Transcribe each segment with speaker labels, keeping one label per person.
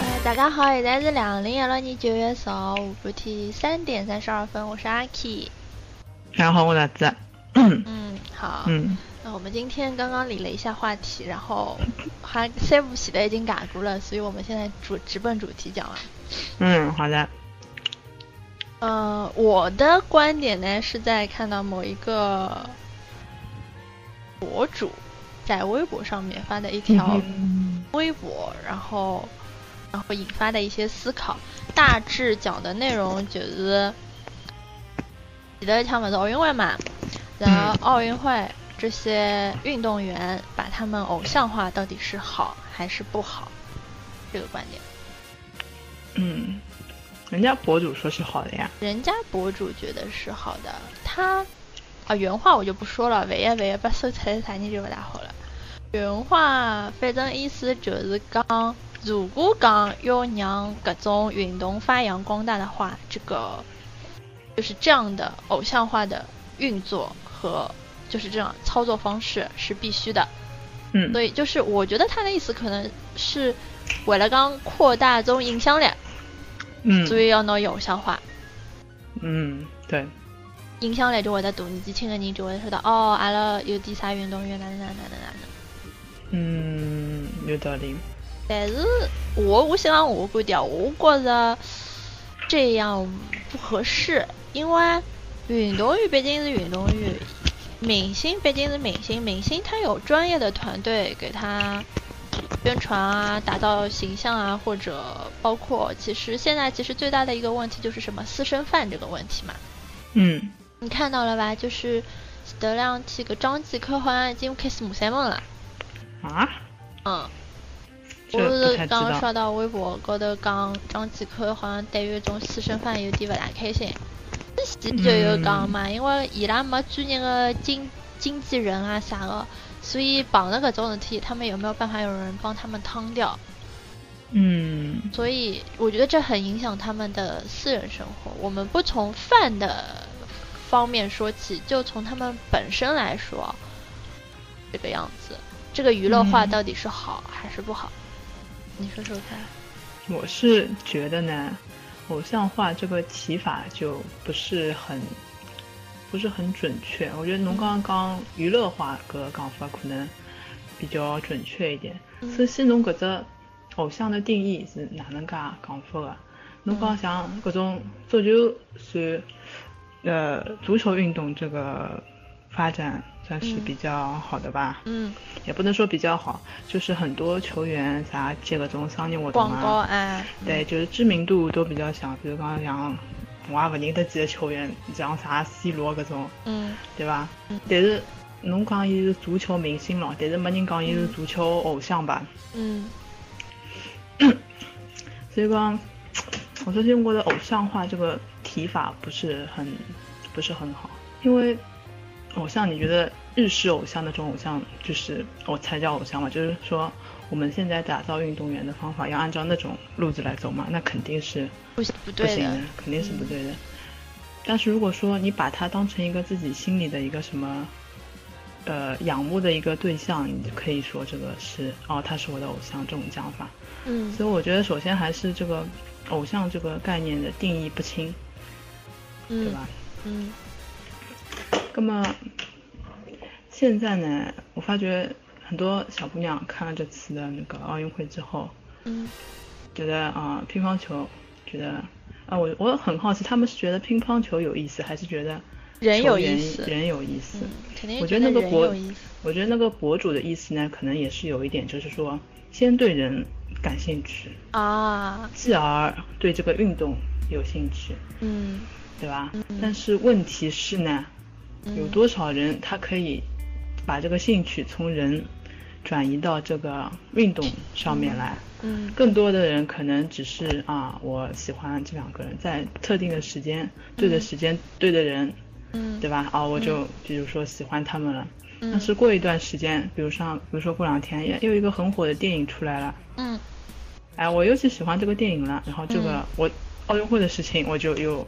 Speaker 1: 呃大家好，现在是两零一六年九月十号下半天三点三十二分，我是阿 K。
Speaker 2: 然后我哪子？
Speaker 1: 嗯，好，
Speaker 2: 嗯，
Speaker 1: 那我们今天刚刚理了一下话题，然后还三部喜的已经嘎过了，所以我们现在主直奔主题讲了。
Speaker 2: 嗯，好的，
Speaker 1: 呃，我的观点呢是在看到某一个博主在微博上面发的一条
Speaker 2: 嗯
Speaker 1: 微博，然后然后引发的一些思考，大致讲的内容就是，记得他们是奥运会嘛，然后奥运会这些运动员把他们偶像化到底是好还是不好，这个观点。
Speaker 2: 嗯，人家博主说是好的呀，
Speaker 1: 人家博主觉得是好的，他啊原话我就不说了，万一万一被收出来啥人就不大好了。原话反正意思就是讲，如果讲要让各种运动发扬光大的话，这个就是这样的偶像化的运作和就是这样操作方式是必须的。
Speaker 2: 嗯，
Speaker 1: 所以就是我觉得他的意思可能是为了讲扩大这种影响力，
Speaker 2: 嗯，
Speaker 1: 所以要拿偶像化。
Speaker 2: 嗯，对，
Speaker 1: 影响力就会得大，年纪轻的人就会晓得哦，阿拉有点啥运动员哪能哪能哪能哪能。
Speaker 2: 嗯，有道理，
Speaker 1: 但是我我想讲我的观点，我觉着这样不合适，因为运动员毕竟是运动员，明星毕竟是明星，明星他有专业的团队给他宣传啊，打造形象啊，或者包括其实现在其实最大的一个问题就是什么私生饭这个问题嘛。
Speaker 2: 嗯，
Speaker 1: 你看到了吧？就是德亮这个张继科好像已经开始骂三门了。
Speaker 2: 啊，
Speaker 1: 嗯，
Speaker 2: 这
Speaker 1: 我
Speaker 2: 不
Speaker 1: 是
Speaker 2: 太知
Speaker 1: 刚刚
Speaker 2: 道，
Speaker 1: 刷到微博高头讲张继科好像对于这种私生饭有点不大开心。这前就有
Speaker 2: 嗯
Speaker 1: 讲嘛，因为伊拉没专业的经经纪人啊啥的，所以碰着搿种事体，他们有没有办法有人帮他们趟掉？
Speaker 2: 嗯，
Speaker 1: 所以我觉得这很影响他们的私人生活。我们不从饭的方面说起，就从他们本身来说，这个样子，这个娱乐化
Speaker 2: 嗯
Speaker 1: 到底是好还是不好？你说说看。
Speaker 2: 我是觉得呢，偶像化这个提法就不是很，不是很准确。我觉得侬刚刚娱乐化搿讲法可能比较准确一点。
Speaker 1: 嗯
Speaker 2: 首先，侬搿只偶像的定义是哪能介讲法
Speaker 1: 嗯
Speaker 2: 个？侬讲像搿种足球算，呃，足球运动这个发展算是
Speaker 1: 嗯
Speaker 2: 比较好的吧？
Speaker 1: 嗯，
Speaker 2: 也不能说比较好，就是很多球员啥接各种商业活动
Speaker 1: 广告
Speaker 2: 啊，
Speaker 1: 啊，
Speaker 2: 对，就是知名度都比较小。比如刚刚像我也勿认得几个球员，像啥 C 罗搿种，
Speaker 1: 嗯
Speaker 2: 对伐
Speaker 1: 嗯？
Speaker 2: 但是侬讲伊是足球明星咯，但是没人讲伊是
Speaker 1: 嗯
Speaker 2: 足球偶像吧？
Speaker 1: 嗯
Speaker 2: 所以讲，我说中国的偶像化这个提法不是很不是很好，因为偶像，你觉得日式偶像那种偶像，就是我才叫偶像嘛，就是说我们现在打造运动员的方法要按照那种路子来走嘛，那肯定是
Speaker 1: 不行不
Speaker 2: 不
Speaker 1: 对
Speaker 2: 行啊
Speaker 1: 的，嗯
Speaker 2: 肯定是不对的。但是如果说你把它当成一个自己心里的一个什么，呃，仰慕的一个对象，你就可以说这个是哦，他是我的偶像这种讲法。
Speaker 1: 嗯
Speaker 2: 所以我觉得，首先还是这个偶像这个概念的定义不清，对
Speaker 1: 嗯
Speaker 2: 吧？
Speaker 1: 嗯
Speaker 2: 那么现在呢，我发觉很多小姑娘看了这次的那个奥运会之后，
Speaker 1: 嗯
Speaker 2: 觉得啊、呃乒乓球，觉得啊、我我很好奇，他们是觉得乒乓球有意思，还是觉得
Speaker 1: 人有
Speaker 2: 球员
Speaker 1: 意思
Speaker 2: 人有意思？
Speaker 1: 嗯，肯定
Speaker 2: 我
Speaker 1: 觉
Speaker 2: 觉得那个
Speaker 1: 人
Speaker 2: 博
Speaker 1: 有意思，
Speaker 2: 我觉得那个博主的意思呢，可能也是有一点，就是说先对人感兴趣，
Speaker 1: 啊，
Speaker 2: 继而对这个运动有兴趣。
Speaker 1: 嗯，
Speaker 2: 对吧？
Speaker 1: 嗯
Speaker 2: 但是问题是呢，
Speaker 1: 嗯
Speaker 2: 有多少人他可以把这个兴趣从人转移到这个运动上面来？
Speaker 1: 嗯
Speaker 2: 更多的人可能只是啊，我喜欢这两个人，在特定的时间、对的时间、对的人，
Speaker 1: 嗯，
Speaker 2: 对
Speaker 1: 吧？
Speaker 2: 吧？啊，我就比如说喜欢他们了。
Speaker 1: 嗯
Speaker 2: 但是过一段时间，比如像，比如说过两天，也又有一个很火的电影出来了，
Speaker 1: 嗯
Speaker 2: 哎，我又去喜欢这个电影了，然后这个、
Speaker 1: 嗯
Speaker 2: 我奥运会的事情我就又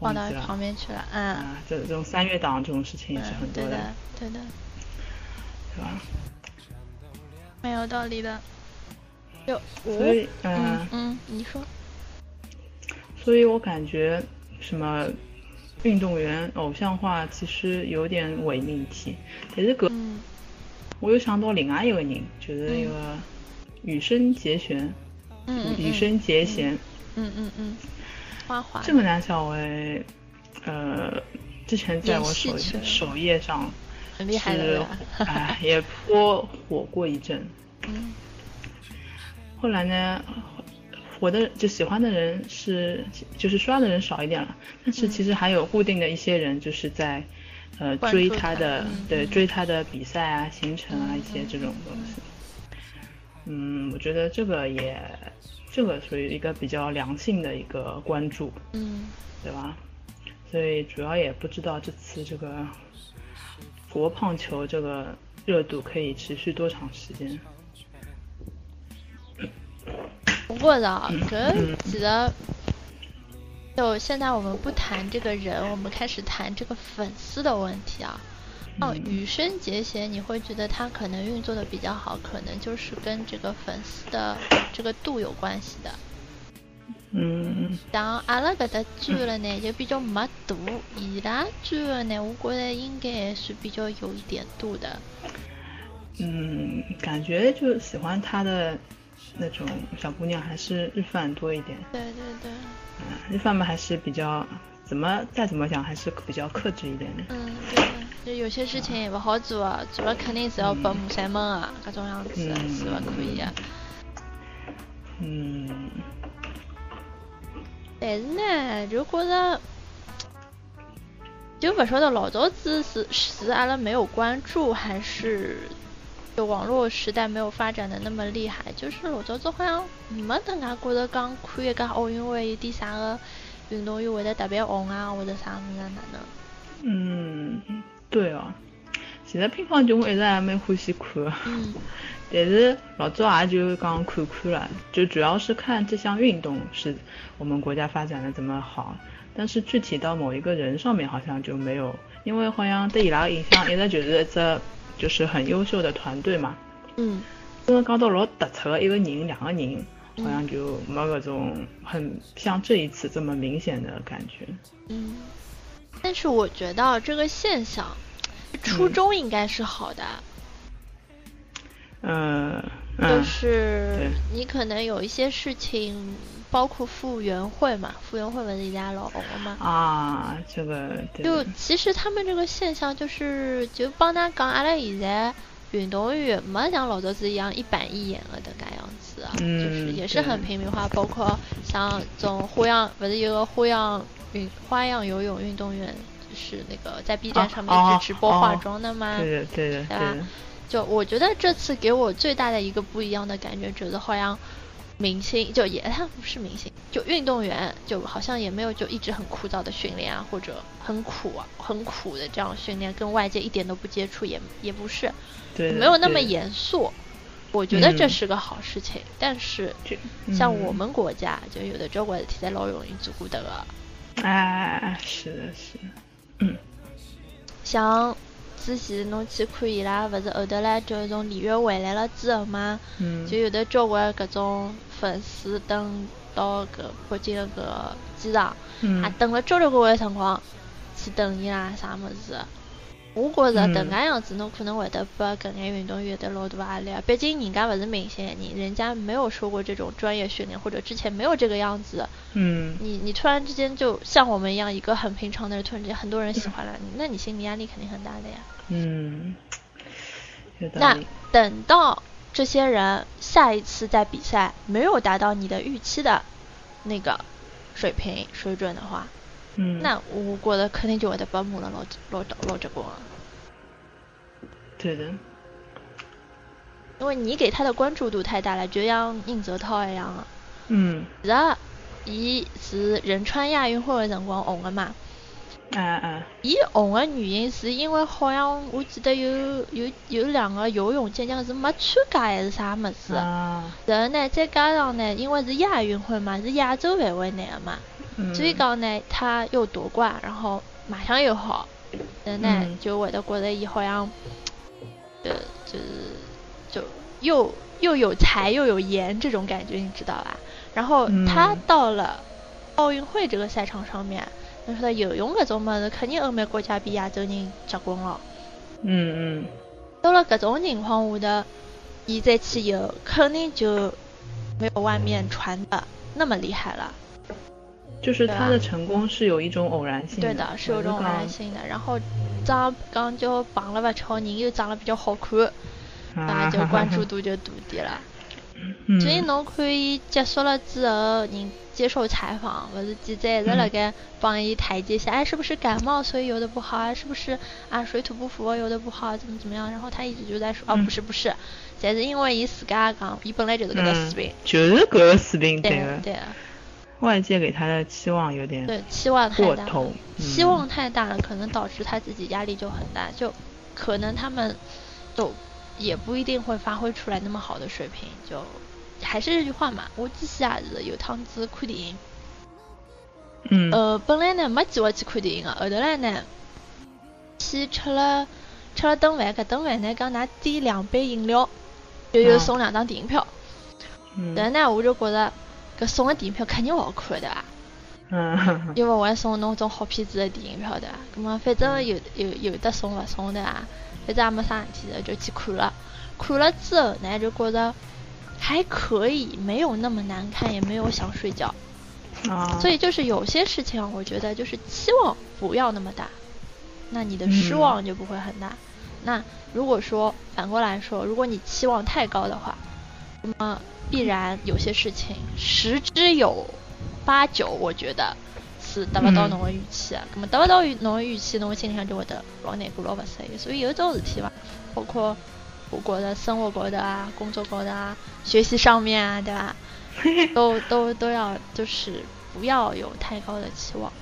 Speaker 1: 放
Speaker 2: 忘
Speaker 1: 到
Speaker 2: 记了。
Speaker 1: 旁边去了，嗯。
Speaker 2: 啊，这这种三月档这种事情也是
Speaker 1: 嗯
Speaker 2: 很多
Speaker 1: 对
Speaker 2: 的，
Speaker 1: 的，对的，
Speaker 2: 是吧？
Speaker 1: 没有道理的。就
Speaker 2: 所
Speaker 1: 我，
Speaker 2: 以，嗯、
Speaker 1: 嗯嗯，你说，
Speaker 2: 所以我感觉什么运动员偶像化其实有点伪命题。但是搿
Speaker 1: 嗯
Speaker 2: 我又想到另外一个人，就是那个羽生结弦，
Speaker 1: 嗯嗯
Speaker 2: 羽生结弦
Speaker 1: 嗯嗯嗯，花滑
Speaker 2: 这个男小孩，呃，之前在我
Speaker 1: 演戏
Speaker 2: 首
Speaker 1: 圈
Speaker 2: 首页上
Speaker 1: 很厉害的啊对
Speaker 2: 是
Speaker 1: 吧，
Speaker 2: 哎也颇火过一阵。
Speaker 1: 嗯
Speaker 2: 后来呢，我的就喜欢的人是就是刷的人少一点了，但
Speaker 1: 嗯
Speaker 2: 是其实还有固定的一些人就是在。呃，
Speaker 1: 关
Speaker 2: 追
Speaker 1: 注他
Speaker 2: 的，
Speaker 1: 嗯
Speaker 2: 对，
Speaker 1: 嗯
Speaker 2: 追他的比赛啊、行程啊一些
Speaker 1: 嗯
Speaker 2: 这种东西。嗯，我觉得这个也，这个属于一个比较良性的一个关注，
Speaker 1: 嗯，
Speaker 2: 对吧？所以主要也不知道这次这个国胖球这个热度可以持续多长时间。
Speaker 1: 不过呢，
Speaker 2: 嗯
Speaker 1: 搿其实就现在我们不谈这个人，我们开始谈这个粉丝的问题啊。哦，
Speaker 2: 嗯
Speaker 1: 羽生结弦，你会觉得他可能运作的比较好，可能就是跟这个粉丝的这个度有关系的。
Speaker 2: 嗯
Speaker 1: 像阿拉搿搭追了呢， 就比较没度，伊拉追了呢，我觉得应该还是比较有一点度的。
Speaker 2: 嗯，感觉就喜欢他的那种小姑娘还是日饭多一点，
Speaker 1: 对对对，
Speaker 2: 嗯，日饭嘛还是比较怎么再怎么讲还是比较克制一点的。
Speaker 1: 嗯，对的，就有些事情也勿好做啊，做了肯定是要被骂三闷啊，搿种样子
Speaker 2: 嗯
Speaker 1: 是勿可以啊的。
Speaker 2: 嗯
Speaker 1: 但是呢，就觉着就勿晓得老早子是是阿拉没有关注，还是就网络时代没有发展的那么厉害。就是老早子好像没能介觉着讲看一届奥运会有点啥个运动员会得特别红啊，或者啥物事啊哪能？
Speaker 2: 嗯，对哦，现在乒乓球我一直还蛮欢喜看的，
Speaker 1: 嗯
Speaker 2: 但是老早也就讲看看了，就主要是看这项运动是我们国家发展的怎么好，但是具体到某一个人上面好像就没有，因为好像对伊拉的印象一直就是一只就是很优秀的团队嘛，
Speaker 1: 嗯
Speaker 2: 真的讲到老突出的一个人两个人，
Speaker 1: 嗯
Speaker 2: 好像就没搿种很像这一次这么明显的感觉。
Speaker 1: 嗯。但是我觉得这个现象，初
Speaker 2: 嗯
Speaker 1: 衷应该是好的。
Speaker 2: 呃，
Speaker 1: 就
Speaker 2: 嗯，
Speaker 1: 是
Speaker 2: 对
Speaker 1: 你可能有一些事情，包括傅园慧嘛，傅园慧不是人家老红了嘛。
Speaker 2: 啊，这个对
Speaker 1: 就其实他们这个现象，就是就帮他讲，阿拉现在运动员没像老早子一样一板一眼的搿样子啊，就是
Speaker 2: 嗯
Speaker 1: 也是很
Speaker 2: 对
Speaker 1: 平民化。包括像种花样，不是有个花样运花样游泳运动员，就是那个在 B 站上面一
Speaker 2: 哦
Speaker 1: 直直播
Speaker 2: 哦
Speaker 1: 化妆的嘛。
Speaker 2: 对的对的
Speaker 1: 对
Speaker 2: 对
Speaker 1: 吧
Speaker 2: 的，
Speaker 1: 就我觉得这次给我最大的一个不一样的感觉，觉得好像明星就也他不是明星，就运动员就好像也没有就一直很枯燥的训练啊，或者很苦啊很苦的这样训练，跟外界一点都不接触也也不是，
Speaker 2: 对的
Speaker 1: 没有那么
Speaker 2: 对的
Speaker 1: 严肃。我觉得这
Speaker 2: 嗯
Speaker 1: 是个好事情，但是
Speaker 2: 这
Speaker 1: 像
Speaker 2: 嗯
Speaker 1: 我们国家就有的交关事体侪老容易做过的个。
Speaker 2: 哎哎哎，是的，是的，嗯
Speaker 1: 像之前侬去看伊拉，勿是后头来就是从里约回来了之后嘛，
Speaker 2: 嗯，
Speaker 1: 就有的交关搿种粉丝等到搿北京的搿机场，
Speaker 2: 嗯
Speaker 1: 也等了交交关关辰光去等伊拉啥物事。我觉着
Speaker 2: 嗯
Speaker 1: 迭能样子，侬可能会得拨搿眼运动员有得老大压力啊。毕竟人家勿是明星，人人家没有受过这种专业训练，或者之前没有这个样子。
Speaker 2: 嗯
Speaker 1: 你你突然之间就像我们一样，一个很平常的人，突然之间很多人喜欢了你，那你心理压力肯定很大的呀。
Speaker 2: 嗯，有道
Speaker 1: 那
Speaker 2: 理，
Speaker 1: 等到这些人下一次在比赛没有达到你的预期的那个水平水准的话，
Speaker 2: 嗯，
Speaker 1: 那我觉得肯定就会得把姆了老老老结棍了，
Speaker 2: 对的，
Speaker 1: 因为你给他的关注度太大了，就像宁泽涛一样啊。
Speaker 2: 嗯，
Speaker 1: 其实，伊是仁川亚运会的辰光红的嘛。
Speaker 2: 哎哎，
Speaker 1: 伊红的原因是因为好像我记得有有有两个游泳健将是没参加还是啥么子，
Speaker 2: 啊，
Speaker 1: 然后呢，再加上呢，因为是亚运会嘛，是亚洲范围内的嘛，
Speaker 2: 嗯
Speaker 1: 所以讲呢，他又夺冠，然后马上又好，然后呢
Speaker 2: 嗯，
Speaker 1: 就会得觉得伊好像，呃，就是就又又有才又有颜这种感觉，你知道吧？然后
Speaker 2: 嗯
Speaker 1: 他到了奥运会这个赛场上面，侬晓得游泳搿种物事，肯定欧美国家比亚洲人结棍了。
Speaker 2: 嗯嗯，
Speaker 1: 到了搿种情况下头，伊再去游，肯定就没有外面传的那么厉害了。
Speaker 2: 就是
Speaker 1: 对啊
Speaker 2: 他的成功是有一种偶然性
Speaker 1: 对
Speaker 2: 的，
Speaker 1: 的，是有这种偶然性的。然后长刚就绑了勿巧，人又长得比较好看，
Speaker 2: 啊，
Speaker 1: 大家就
Speaker 2: 哈哈
Speaker 1: 关
Speaker 2: 哈
Speaker 1: 注，度就大点了。
Speaker 2: 嗯
Speaker 1: 所以侬看伊结束了之后，人接受采访，勿是记者一直辣盖帮伊台阶下，哎，是不是感冒所以游的不好啊？是不是啊水土不服啊游的不好，怎么怎么样？然后他一直就在说，哦，
Speaker 2: 嗯
Speaker 1: 不是不是，侪是因为伊自家讲，伊本来就是搿个
Speaker 2: 嗯
Speaker 1: 水平，
Speaker 2: 就是搿个死病，
Speaker 1: 对
Speaker 2: 个
Speaker 1: 对
Speaker 2: 外界给他的期望有点
Speaker 1: 对，期望太
Speaker 2: 过
Speaker 1: 大了。
Speaker 2: 头，嗯
Speaker 1: 希望太大了，可能导致他自己压力就很大，就可能他们就也不一定会发挥出来那么好的水平。就还是这句话嘛，我只是也是有趟子看电影，
Speaker 2: 嗯
Speaker 1: 呃，本来呢没计划去看电影个，啊后头来呢去吃了吃了顿饭，搿顿饭呢讲㑚点两杯饮料，就有
Speaker 2: 嗯
Speaker 1: 送两张电影票。然后
Speaker 2: 嗯
Speaker 1: 呢，我就觉着搿送个电影票肯定勿好看，对啊伐？
Speaker 2: 嗯，
Speaker 1: 因为我还送侬种好片子的电影票对伐？咁么反正有有有得送勿送对伐？反正也没啥事体的，就去看了。看了之后呢，就觉着还可以，没有那么难看，也没有想睡觉。
Speaker 2: 啊，
Speaker 1: 所以就是有些事情啊，我觉得就是期望不要那么大，那你的失
Speaker 2: 嗯
Speaker 1: 望就不会很大。那如果说反过来说，如果你期望太高的话，那么必然有些事情十之有八九，我觉得是达不到
Speaker 2: 嗯
Speaker 1: 侬的预期的。那么达不到侬的预期，侬心里向就会得老难过、老不适意。所以有种事体嘛，包括我觉得生活高头啊、工作高头啊、学习上面啊，对吧？都 都都要就是不要有太高的期望，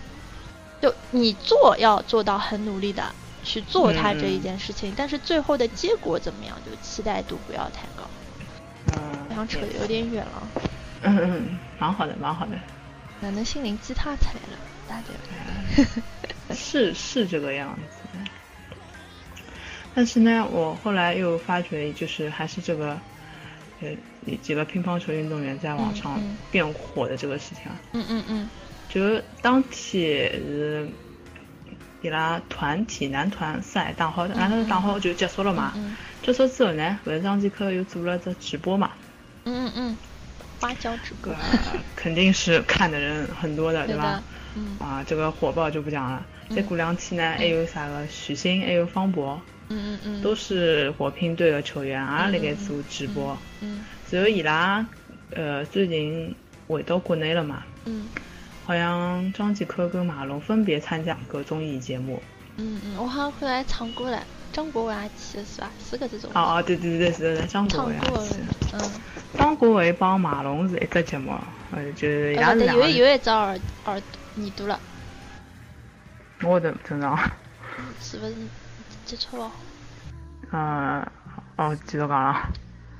Speaker 1: 就你做要做到很努力的去做它这一
Speaker 2: 嗯嗯
Speaker 1: 件事情，但是最后的结果怎么样，就期待度不要太高。
Speaker 2: 嗯
Speaker 1: 好像扯得有点远了，
Speaker 2: 嗯嗯，蛮好的，蛮好的。
Speaker 1: 哪能心灵鸡汤起来了？大家
Speaker 2: 是是这个样子。但是呢，我后来又发觉，就是还是这个，呃，几个乒乓球运动员在网上
Speaker 1: 嗯嗯
Speaker 2: 变火的这个事情啊，
Speaker 1: 嗯嗯嗯
Speaker 2: 就是当天是伊拉团体男团赛打好，男团打好就结束了嘛。
Speaker 1: 嗯
Speaker 2: 结束之后呢，勿是张继科又做了只直播嘛，
Speaker 1: 嗯嗯嗯，花椒直播
Speaker 2: 呃，肯定是看的人很多的，
Speaker 1: 对
Speaker 2: 吧？
Speaker 1: 的，嗯
Speaker 2: 啊，这个火爆就不讲了。再
Speaker 1: 嗯
Speaker 2: 过两天呢，还有啥个许昕，还有方博，
Speaker 1: 嗯嗯嗯，
Speaker 2: 都是火拼队的球员，也辣盖做直播。
Speaker 1: 嗯
Speaker 2: 然后伊拉，呃，最近回到国内了嘛，
Speaker 1: 嗯
Speaker 2: 好像张继科跟马龙分别参加过综艺节目。
Speaker 1: 嗯嗯，我好像后来唱歌了，张国伟也去了是吧？是个这种
Speaker 2: 哦哦，对对对，是的，张国
Speaker 1: 唱
Speaker 2: 伟也啊
Speaker 1: 过了
Speaker 2: 是。，
Speaker 1: 嗯。
Speaker 2: 张国伟帮马龙是一个节目，呃，就是伊拉
Speaker 1: 啊，
Speaker 2: 是
Speaker 1: 对，
Speaker 2: 两
Speaker 1: 有
Speaker 2: 个
Speaker 1: 一
Speaker 2: 人。
Speaker 1: 有一只耳耳耳朵了，
Speaker 2: 我怎么知道？
Speaker 1: 是不是接触了？
Speaker 2: 嗯，哦，继续讲了。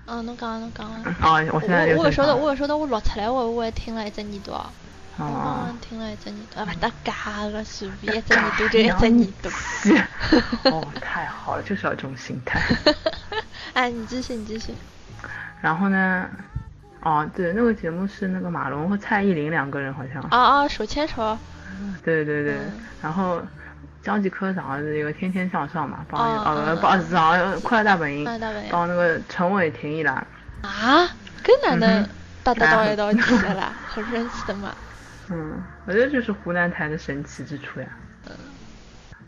Speaker 1: 嗯，侬讲啊侬讲啊。
Speaker 2: 哦，我现在就
Speaker 1: 我有
Speaker 2: 正
Speaker 1: 说
Speaker 2: 常
Speaker 1: 到，
Speaker 2: 了
Speaker 1: 我有说到，我录出来，我我还听了一只耳朵，
Speaker 2: 哦
Speaker 1: 我刚
Speaker 2: 哦哦
Speaker 1: 刚嗯听了一只耳朵，啊，勿搭嘎个随便一只耳朵 就一只耳朵。
Speaker 2: 哦，太好了，就是要这种心态。
Speaker 1: 哎，你继续，你继续。
Speaker 2: 然后呢，哦，对，那个节目是那个马龙和蔡依林两个人好像，
Speaker 1: 啊啊，手牵手。
Speaker 2: 对对对。
Speaker 1: 嗯
Speaker 2: 然后张继科长是一个《天天向上》嘛，帮
Speaker 1: 哦
Speaker 2: 哦
Speaker 1: 嗯
Speaker 2: 不帮好像《快乐大本营
Speaker 1: 快乐大本》营
Speaker 2: 帮那个陈伟霆一啦，
Speaker 1: 啊，搿哪
Speaker 2: 嗯
Speaker 1: 能
Speaker 2: 哼
Speaker 1: 搭搭到一道去的啦？很神奇的嘛。
Speaker 2: 嗯，我觉得就是湖南台的神奇之处呀。
Speaker 1: 嗯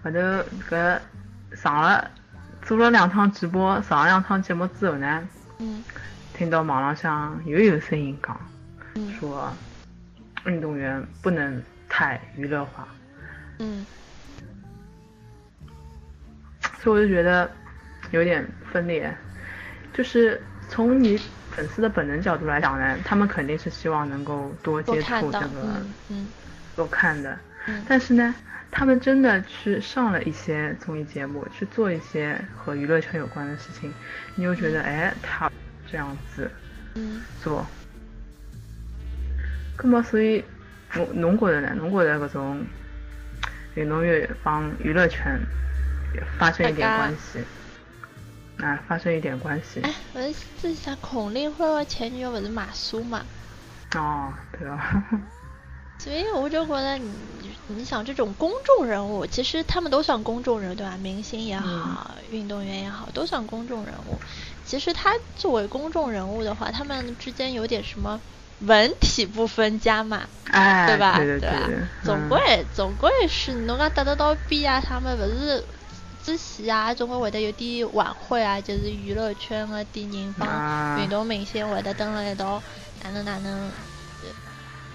Speaker 2: 我就搿上了做了两趟直播，上了两趟节目之后呢，
Speaker 1: 嗯
Speaker 2: 听到网浪上又有声音讲。
Speaker 1: 嗯
Speaker 2: 说运动员不能太娱乐化，
Speaker 1: 嗯
Speaker 2: 所以我就觉得有点分裂。就是从你粉丝的本能角度来讲呢，他们肯定是希望能够多
Speaker 1: 我
Speaker 2: 接
Speaker 1: 看
Speaker 2: 触
Speaker 1: 到，
Speaker 2: 这个
Speaker 1: 嗯嗯
Speaker 2: 多看的，
Speaker 1: 嗯
Speaker 2: 但是呢，他们真的去上了一些综艺节目，去做一些和娱乐圈有关的事情，你又觉得哎，他这样子
Speaker 1: 嗯
Speaker 2: 做。咁么，所以我侬觉得呢？侬觉得搿种运动员帮娱乐圈发生一点关系？啊，发生一点关系。
Speaker 1: 哎，勿是自己啥孔令辉个前女友勿是马苏嘛？
Speaker 2: 哦，对啊，
Speaker 1: 所以我就觉得你，你想这种公众人物，其实他们都算公众人物，对吧？明星也好，运动员也好，都算公众人物。其实他作为公众人物的话，他们之间有点什么文体不分家嘛，
Speaker 2: 哎，
Speaker 1: 对吧？
Speaker 2: 对对
Speaker 1: 吧？
Speaker 2: 对，
Speaker 1: 总
Speaker 2: 嗯
Speaker 1: 归、总归是侬讲达得到边啊，他们勿是之前啊，总归会得有点晚会啊，就是娱乐圈的点人帮
Speaker 2: 啊
Speaker 1: 运动明星会得登了一道，哪能哪能，呃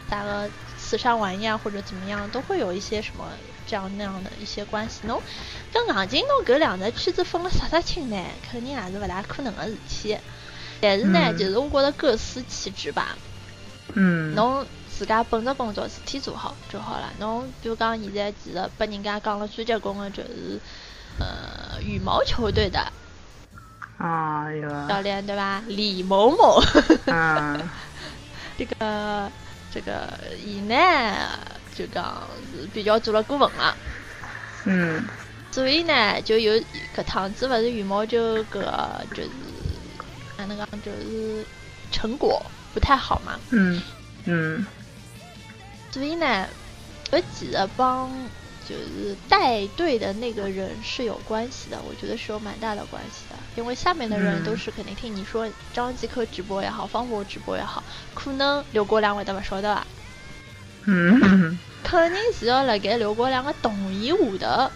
Speaker 1: 打个慈善玩意啊，或者怎么样，都会有一些什么这样那样的一些关系。侬跟硬劲侬搿两个圈子分了杀杀清呢，肯定也是勿大可能的事体。但是呢，
Speaker 2: 嗯
Speaker 1: 就是我觉得各司其职吧。
Speaker 2: 嗯，
Speaker 1: 侬自家本职工作事体做好就好了。侬比如讲现在其实被人家讲了最结棍的就是，呃，羽毛球队的
Speaker 2: 啊，有
Speaker 1: 教
Speaker 2: 啊，
Speaker 1: 练对吧？李某某，
Speaker 2: 嗯，
Speaker 1: 这个这个伊呢就讲是比较做了顾问了。
Speaker 2: 嗯，
Speaker 1: 所以呢，就有搿趟子勿是羽毛球搿就是哪能讲就是成果不太好嘛。
Speaker 2: 嗯，嗯，
Speaker 1: 所以呢，我记得帮就是带队的那个人是有关系的，我觉得是有蛮大的关系的，因为下面的人
Speaker 2: 嗯
Speaker 1: 都是肯定听你说张继科直播也好，方博直播也好，可能刘国梁会得勿晓得伐？
Speaker 2: 嗯，
Speaker 1: 肯定是要辣盖刘国梁的同意下头，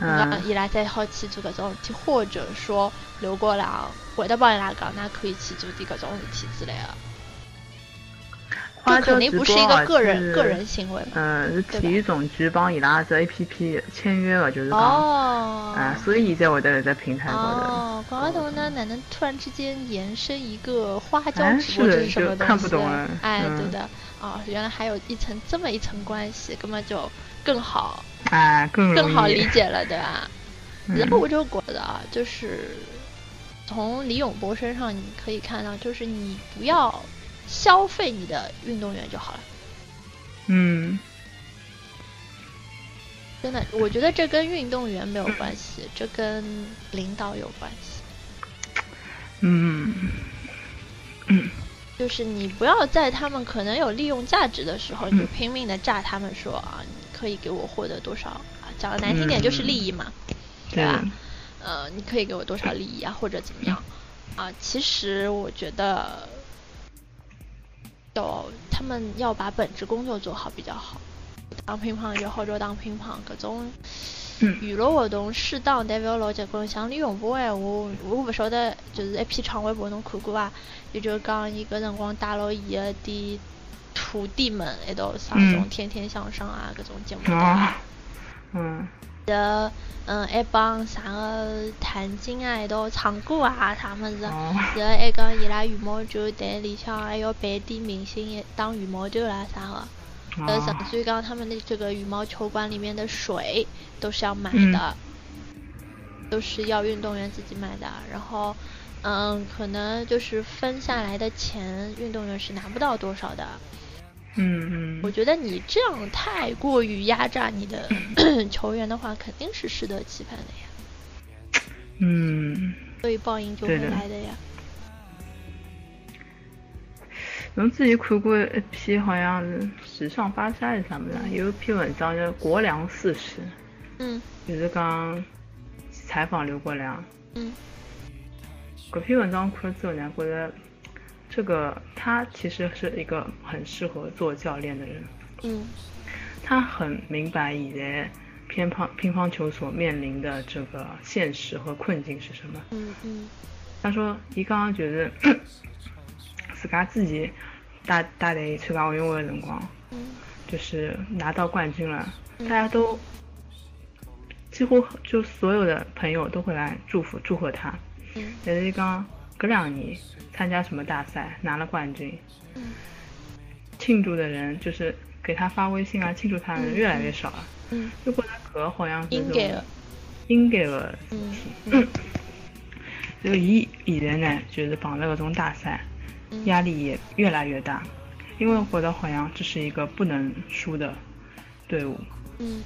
Speaker 1: 那
Speaker 2: 嗯，
Speaker 1: 伊拉才好去做搿种事体，或者说刘国梁会得帮伊拉讲，那可以去做点搿种事体之类的，
Speaker 2: 花
Speaker 1: 这肯
Speaker 2: 椒
Speaker 1: 定
Speaker 2: 直
Speaker 1: 不是
Speaker 2: 播
Speaker 1: 一
Speaker 2: 啊
Speaker 1: 个个人
Speaker 2: 是
Speaker 1: 个人行为嘛。
Speaker 2: 呃，是
Speaker 1: 对
Speaker 2: 体育总局帮伊拉只 A P P 签约的，就是讲，
Speaker 1: 哦，
Speaker 2: 哎，所以才会得在平台高头。
Speaker 1: 哦，广告头
Speaker 2: 嗯
Speaker 1: 呢，哪能突然之间延伸一个花椒
Speaker 2: 哎
Speaker 1: 直播，这
Speaker 2: 是
Speaker 1: 是什么
Speaker 2: 就
Speaker 1: 东西？
Speaker 2: 看不懂啊
Speaker 1: 哎，
Speaker 2: 嗯
Speaker 1: 对的，哦，原来还有一层这么一层关系，根本就更好
Speaker 2: 哎，更容
Speaker 1: 更好
Speaker 2: 易
Speaker 1: 理解了，对吧？然后
Speaker 2: 嗯
Speaker 1: 我就觉得啊，就是从李永博身上你可以看到，就是你不要消费你的运动员就好了。
Speaker 2: 嗯
Speaker 1: 真的，我觉得这跟运动员没有关系，这跟领导有关系。
Speaker 2: 嗯
Speaker 1: 就是你不要在他们可能有利用价值的时候，你就
Speaker 2: 嗯
Speaker 1: 拼命的炸他们说啊，你可以给我获得多少啊？讲的难听点就是利益嘛，对
Speaker 2: 对
Speaker 1: 吧？呃，你可以给我多少利益啊，或者怎么样啊？其实我觉得，要他们要把本职工作做好比较好。打乒乓就好就打乒乓，搿种
Speaker 2: 嗯
Speaker 1: 娱乐活动适当但勿要老结棍。像李永波闲话，我勿晓得就是一篇长微博侬看过伐？也啊就讲伊搿辰光带牢伊个点徒弟们一道上
Speaker 2: 嗯
Speaker 1: 种《天天向上》啊搿种节目对伐
Speaker 2: 啊？嗯
Speaker 1: 得嗯还帮啥个谭晶啊一道唱歌啊啥物事。
Speaker 2: 哦
Speaker 1: 然后还讲伊拉羽毛球队里向还要办点明星打羽毛球啦啥个。呃，
Speaker 2: 哦
Speaker 1: 甚至于刚刚他们的这个羽毛球馆里面的水都是要买
Speaker 2: 嗯
Speaker 1: 的，都是要运动员自己买的。然后，嗯，可能就是分下来的钱，运动员是拿不到多少的。
Speaker 2: 嗯
Speaker 1: 我
Speaker 2: 嗯
Speaker 1: 觉得你这样太过于压榨你 的球员的话，肯定是适得其反的呀，
Speaker 2: 嗯，
Speaker 1: 所以报应就会
Speaker 2: 对的
Speaker 1: 来的呀。
Speaker 2: 侬之前看过一篇好像是时尚芭莎是啥么子啊？有一篇文章叫《国梁四十》，
Speaker 1: 嗯
Speaker 2: 就是讲采访刘国梁。
Speaker 1: 嗯
Speaker 2: 搿篇文章看了之后呢，觉得这个他其实是一个很适合做教练的人，
Speaker 1: 嗯
Speaker 2: 他很明白现在乒乓乒乓球所面临的这个现实和困境是什么。
Speaker 1: 嗯嗯
Speaker 2: 他说，伊刚刚觉得 自家自己带带队参加奥运会的辰光，
Speaker 1: 嗯
Speaker 2: 就是拿到冠军了，
Speaker 1: 嗯
Speaker 2: 大家都几乎就所有的朋友都会来祝福祝贺他。
Speaker 1: 嗯
Speaker 2: 但是讲搿两年参加什么大赛拿了冠军，
Speaker 1: 嗯
Speaker 2: 庆祝的人就是给他发微信啊庆祝他的人
Speaker 1: 嗯
Speaker 2: 越来越少了，
Speaker 1: 嗯，
Speaker 2: 就觉得搿好像是
Speaker 1: 应该的
Speaker 2: 种应该的事
Speaker 1: 嗯
Speaker 2: 体。
Speaker 1: 嗯
Speaker 2: 就伊现在呢，就是碰了搿种大赛，
Speaker 1: 嗯
Speaker 2: 压力也越来越大，因为我觉得好像这是一个不能输的队伍。
Speaker 1: 嗯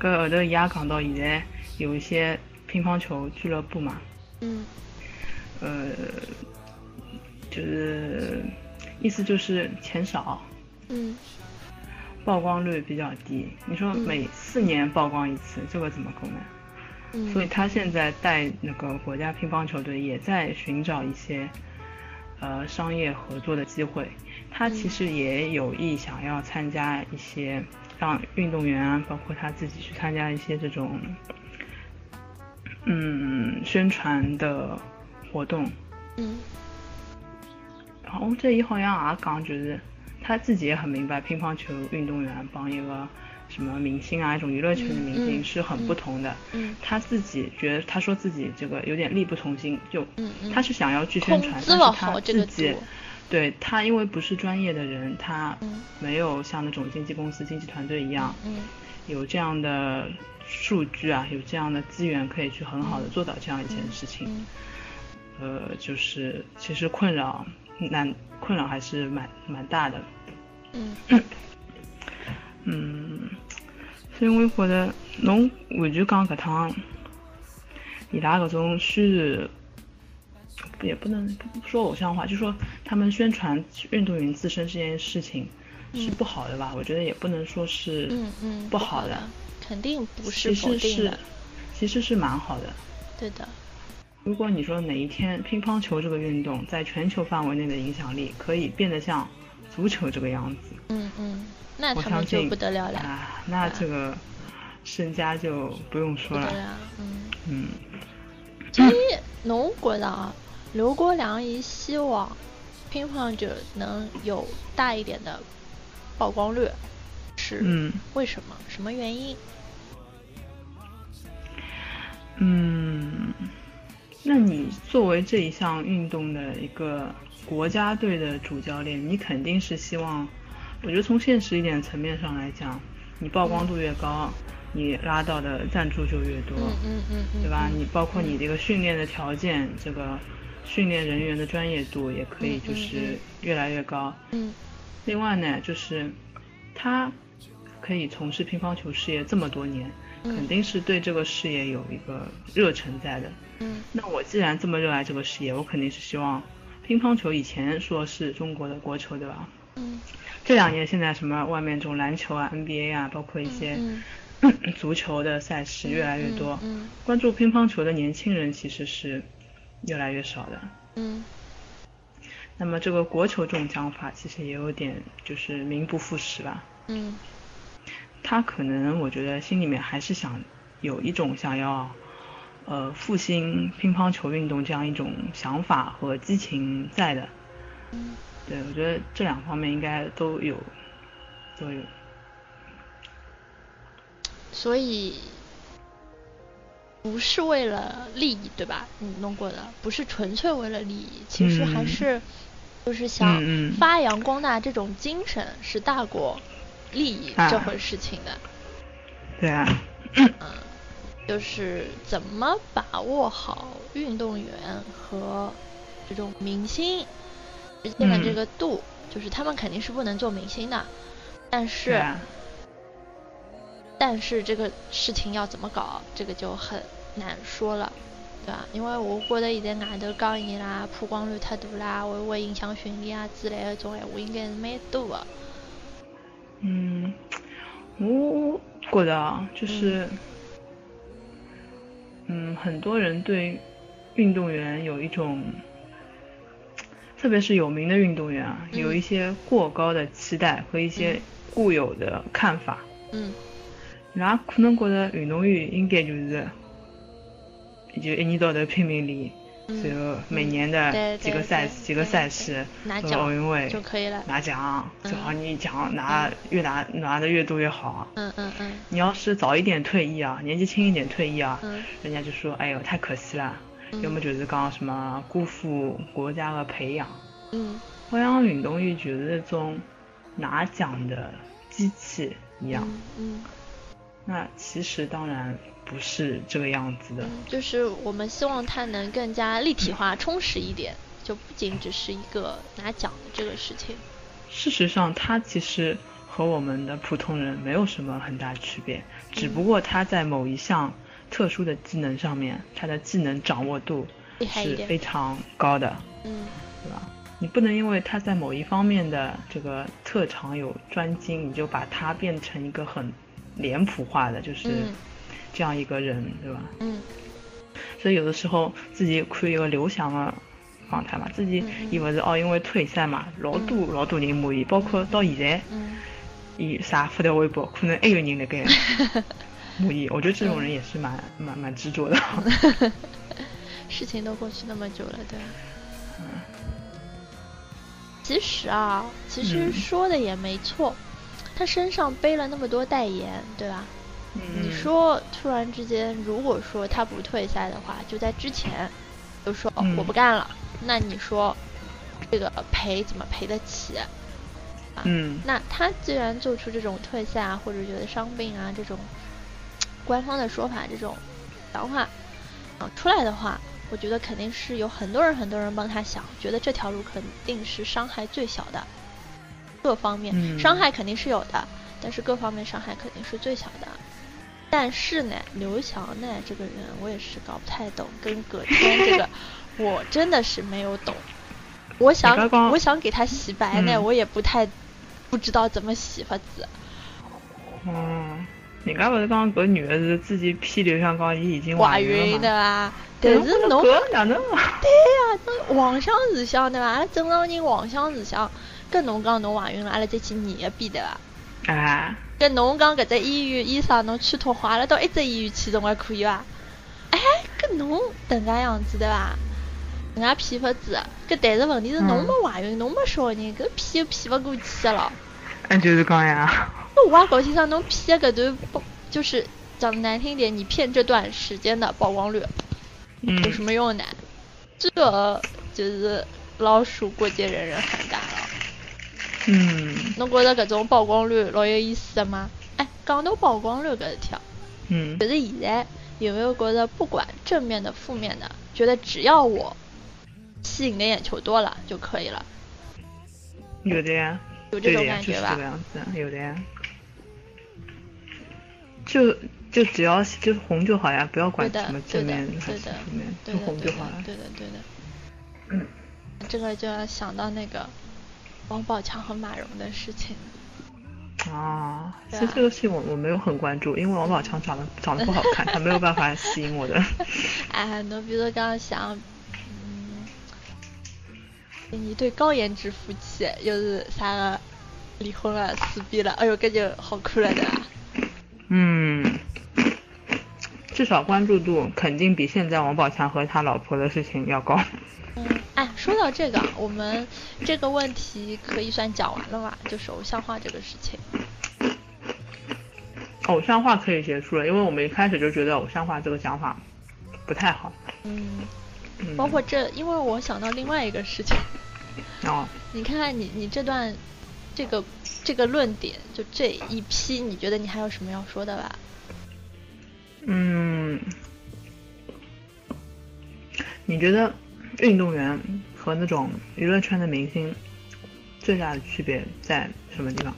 Speaker 2: 搿后头伊也讲到现在有一些乒乓球俱乐部嘛，
Speaker 1: 嗯
Speaker 2: 呃，就是意思就是钱少，
Speaker 1: 嗯，
Speaker 2: 曝光率比较低。你说每四年曝光一次，这个怎么够呢？
Speaker 1: 嗯
Speaker 2: 所以他现在带那个国家乒乓球队也在寻找一些，呃，商业合作的机会。他其实也有意想要参加一些，让运动员啊，包括他自己去参加一些这种，嗯，宣传的活动。
Speaker 1: 嗯
Speaker 2: 然后这里好像也讲，啊就是他自己也很明白，乒乓球运动员帮一个什么明星啊，一种娱乐圈的明
Speaker 1: 嗯
Speaker 2: 星
Speaker 1: 嗯
Speaker 2: 是很不同的。
Speaker 1: 嗯
Speaker 2: 他自己觉得，他说自己这个有点力不从心，就
Speaker 1: 嗯嗯
Speaker 2: 他是想要去宣
Speaker 1: 控
Speaker 2: 传，
Speaker 1: 制
Speaker 2: 但
Speaker 1: 不
Speaker 2: 是他
Speaker 1: 好这个
Speaker 2: 自
Speaker 1: 度
Speaker 2: 己，对他因为不是专业的人，他
Speaker 1: 嗯
Speaker 2: 没有像那种经纪公司、经纪团队一样
Speaker 1: 嗯
Speaker 2: 有这样的数据啊，有这样的资源可以去很好的做到这样一件事情。
Speaker 1: 嗯
Speaker 2: 呃，就是其实困扰难困扰还是蛮蛮大的，
Speaker 1: 嗯
Speaker 2: 嗯，所以我觉得侬完全讲搿趟伊拉搿种虚拟，也不能不不说偶像化，就说他们宣传运动员自身这件事情是不好的吧？我觉得也不能说是
Speaker 1: 嗯嗯，
Speaker 2: 不好的，
Speaker 1: 的，肯定不是
Speaker 2: 其
Speaker 1: 否
Speaker 2: 实
Speaker 1: 定
Speaker 2: 是
Speaker 1: 的，
Speaker 2: 其实是蛮好的。
Speaker 1: 对的，
Speaker 2: 如果你说哪一天乒乓球这个运动在全球范围内的影响力可以变得像足球这个样子，
Speaker 1: 嗯嗯，那
Speaker 2: 我
Speaker 1: 他们
Speaker 2: 相
Speaker 1: 就
Speaker 2: 信
Speaker 1: 不得了了，
Speaker 2: 啊，那这个身家就不用
Speaker 1: 不
Speaker 2: 说
Speaker 1: 得
Speaker 2: 了，
Speaker 1: 了，嗯。
Speaker 2: 嗯。
Speaker 1: 其实侬觉得啊，刘国梁伊希望乒乓球能有大一点的曝光率，是
Speaker 2: 嗯
Speaker 1: 为什么？什么原因？
Speaker 2: 嗯，那你作为这一项运动的一个国家队的主教练，你肯定是希望，我觉得从现实一点层面上来讲，你曝光度越高，你拉到的赞助就越多，
Speaker 1: 嗯嗯嗯嗯，
Speaker 2: 对吧？
Speaker 1: 嗯
Speaker 2: 你包括你这个训练的条件，这个训练人员的专业度也可以
Speaker 1: 嗯嗯
Speaker 2: 就是
Speaker 1: 嗯
Speaker 2: 越来越高。
Speaker 1: 嗯
Speaker 2: 另外呢，就是他可以从事乒乓球事业这么多年，
Speaker 1: 嗯
Speaker 2: 肯定是对这个事业有一个热忱在的。
Speaker 1: 嗯
Speaker 2: 那我既然这么热爱这个事业，我肯定是希望乒乓球以前说是中国的国球，对吧？
Speaker 1: 嗯
Speaker 2: 这两年现在什么外面这种篮球啊、NBA 啊，包括一些
Speaker 1: 嗯
Speaker 2: 足球的赛事越来越多，
Speaker 1: 嗯
Speaker 2: 关注乒乓球的年轻人其实是越来越少的。
Speaker 1: 嗯
Speaker 2: 那么这个国球这种讲法其实也有点就是名不副实吧。
Speaker 1: 嗯
Speaker 2: 他可能我觉得心里面还是想有一种想要呃复兴乒乓球运动这样一种想法和激情在的。
Speaker 1: 嗯
Speaker 2: 对，我觉得这两方面应该都有，都有。
Speaker 1: 所以不是为了利益，对吧？你弄过的不是纯粹为了利益，其实还
Speaker 2: 嗯
Speaker 1: 是就是想
Speaker 2: 嗯嗯
Speaker 1: 发扬光大这种精神，是大过利益
Speaker 2: 啊
Speaker 1: 这回事情的。
Speaker 2: 对啊，
Speaker 1: 嗯，就是怎么把握好运动员和这种明星之间的这
Speaker 2: 嗯
Speaker 1: 个度，就是他们肯定是不能做明星的，但是。
Speaker 2: 对啊，
Speaker 1: 但是这个事情要怎么搞，这个就很难说了，对吧？因为我觉得现在外头讲伊拉曝光率太大啦，会会影响训练啊之类的这种闲话，应该是蛮多的。
Speaker 2: 嗯，我觉得啊，就是，嗯，很多人对运动员有一种，特别是有名的运动员啊，
Speaker 1: 嗯
Speaker 2: 有一些过高的期待和一些
Speaker 1: 嗯
Speaker 2: 固有的看法。
Speaker 1: 嗯
Speaker 2: 伊拉可能觉得运动员应该就是，就一年到头拼命练，然
Speaker 1: 嗯，
Speaker 2: 后每
Speaker 1: 嗯
Speaker 2: 年的
Speaker 1: 对
Speaker 2: 几
Speaker 1: 对
Speaker 2: 个赛
Speaker 1: 对
Speaker 2: 几个
Speaker 1: 对
Speaker 2: 赛
Speaker 1: 对
Speaker 2: 事，
Speaker 1: 拿
Speaker 2: 什么奥
Speaker 1: 奖
Speaker 2: 运会
Speaker 1: 就可以了。
Speaker 2: 拿奖，最好
Speaker 1: 嗯
Speaker 2: 你奖拿越拿拿的越多越好啊。
Speaker 1: 嗯嗯嗯
Speaker 2: 你要是早一点退役啊，年纪轻一点退役啊，
Speaker 1: 嗯
Speaker 2: 人家就说哎呦太可惜了，
Speaker 1: 嗯
Speaker 2: 要么就是讲什么辜负国家的培养。
Speaker 1: 嗯
Speaker 2: 我想运动员就是那种拿奖的机器一样，
Speaker 1: 嗯，
Speaker 2: 那其实当然不是这个样子的
Speaker 1: 嗯。就是我们希望它能更加立体
Speaker 2: 嗯
Speaker 1: 化、充实一点，就不仅只是一个拿奖的这个事情。
Speaker 2: 事实上，他其实和我们的普通人没有什么很大区别，只
Speaker 1: 嗯
Speaker 2: 不过他在某一项特殊的技能上面，他的技能掌握度
Speaker 1: 厉害一
Speaker 2: 是
Speaker 1: 点
Speaker 2: 非常高的，
Speaker 1: 嗯
Speaker 2: 对吧？你不能因为他在某一方面的这个特长有专精，你就把他变成一个很脸谱化的，就是
Speaker 1: 嗯
Speaker 2: 这样一个人，对吧？
Speaker 1: 嗯
Speaker 2: 所以有的时候自己看一个刘翔的访谈嘛，自己
Speaker 1: 嗯
Speaker 2: 以为是哦，因为退赛嘛，老多老多人骂伊，包括到现在，
Speaker 1: 嗯，
Speaker 2: 伊啥发条微博，可能还有人 辣盖骂伊。我觉得这种人也是蛮蛮蛮执着的。
Speaker 1: 事情都过去那么久了，对吧？
Speaker 2: 嗯
Speaker 1: 其实啊，其实
Speaker 2: 嗯
Speaker 1: 说的也没错，他身上背了那么多代言，对吧？ 你
Speaker 2: 嗯
Speaker 1: 说突然之间，如果说他不退赛的话，就在之前就说、哦
Speaker 2: 嗯
Speaker 1: 我不干了，那你说这个赔怎么赔得起？啊
Speaker 2: 嗯
Speaker 1: 那他既然做出这种退赛啊，或者觉得伤病啊这种呃官方的说法，这种想法啊出来的话，我觉得肯定是有很多人很多人帮他想，觉得这条路肯定是伤害最小的，各方面、
Speaker 2: 嗯
Speaker 1: 伤害肯定是有的，但是各方面伤害肯定是最小的。但是呢，刘翔呢这个人我也是搞不太懂，跟葛天这个 我真的是没有懂。我想
Speaker 2: 刚刚
Speaker 1: 我想给他洗白呢，
Speaker 2: 嗯
Speaker 1: 我也不太不知道怎么洗法子。
Speaker 2: 嗯，人家勿是讲搿女的是自己批刘翔讲伊已经
Speaker 1: 怀
Speaker 2: 孕
Speaker 1: 孕
Speaker 2: 了
Speaker 1: 的
Speaker 2: 嘛？哎
Speaker 1: 啊，但是侬
Speaker 2: 侬搿哪能？啊
Speaker 1: 对呀，那妄想是想对伐？阿拉正常人妄想是想，跟侬讲侬怀孕了，阿拉再去验一遍对伐？
Speaker 2: 哎，
Speaker 1: 跟侬讲搿只医院医生侬去趟好，阿拉到一只医院去总归可以伐？哎，搿侬迭介样子对伐？迭介骗法子，搿但是问题是侬
Speaker 2: 嗯
Speaker 1: 没怀孕，侬没小人，搿骗又骗勿过去的咯。
Speaker 2: 俺就是讲呀，
Speaker 1: 那我也搞不清爽，侬骗的搿段曝，就是讲得难听点，你骗这段时间的曝光率
Speaker 2: 嗯
Speaker 1: 有什么用呢？这就是老鼠过街，人人喊打了。
Speaker 2: 嗯
Speaker 1: 侬觉得搿种曝光率老有意思的吗？哎，讲到曝光率搿一条，
Speaker 2: 嗯
Speaker 1: 觉得现在有没有觉得不管正面的、负面的，觉得只要我吸引的眼球多了就可以了，
Speaker 2: 有的呀。
Speaker 1: 有这
Speaker 2: 对
Speaker 1: 种
Speaker 2: 呀，
Speaker 1: 感
Speaker 2: 就
Speaker 1: 觉
Speaker 2: 是
Speaker 1: 吧
Speaker 2: 这个？样子，有的呀。就就只要就红就好呀，不要管
Speaker 1: 对的
Speaker 2: 什么正面
Speaker 1: 对的
Speaker 2: 还是
Speaker 1: 对的
Speaker 2: 负面，就
Speaker 1: 对的，
Speaker 2: 红
Speaker 1: 对
Speaker 2: 就
Speaker 1: 的
Speaker 2: 好了，。
Speaker 1: 对的，对的。这个就要想到那个王宝强和马蓉的事情。
Speaker 2: 啊，
Speaker 1: 对
Speaker 2: 其
Speaker 1: 啊
Speaker 2: 实这个事情我我没有很关注，因为王宝强长得长得不好看，他没有办法吸引我的。
Speaker 1: 哎，侬比如说刚刚想，嗯，一对高颜值夫妻，又是啥个离婚了、撕逼了，哎呦，搿就好看了，啊对吧？
Speaker 2: 嗯，至少关注度肯定比现在王宝强和他老婆的事情要高。
Speaker 1: 嗯，哎，说到这个，我们这个问题可以算讲完了嘛？就是偶像化这个事情。
Speaker 2: 偶像化可以结束了，因为我们一开始就觉得偶像化这个想法不太好。
Speaker 1: 嗯，
Speaker 2: 嗯，
Speaker 1: 包括这，因为我想到另外一个事情。
Speaker 2: 哦，
Speaker 1: 你看看你你这段这个这个论点，就这一批，你觉得你还有什么要说的吧？
Speaker 2: 嗯，你觉得运动员和那种娱乐圈的明星最大的区别在什么地方？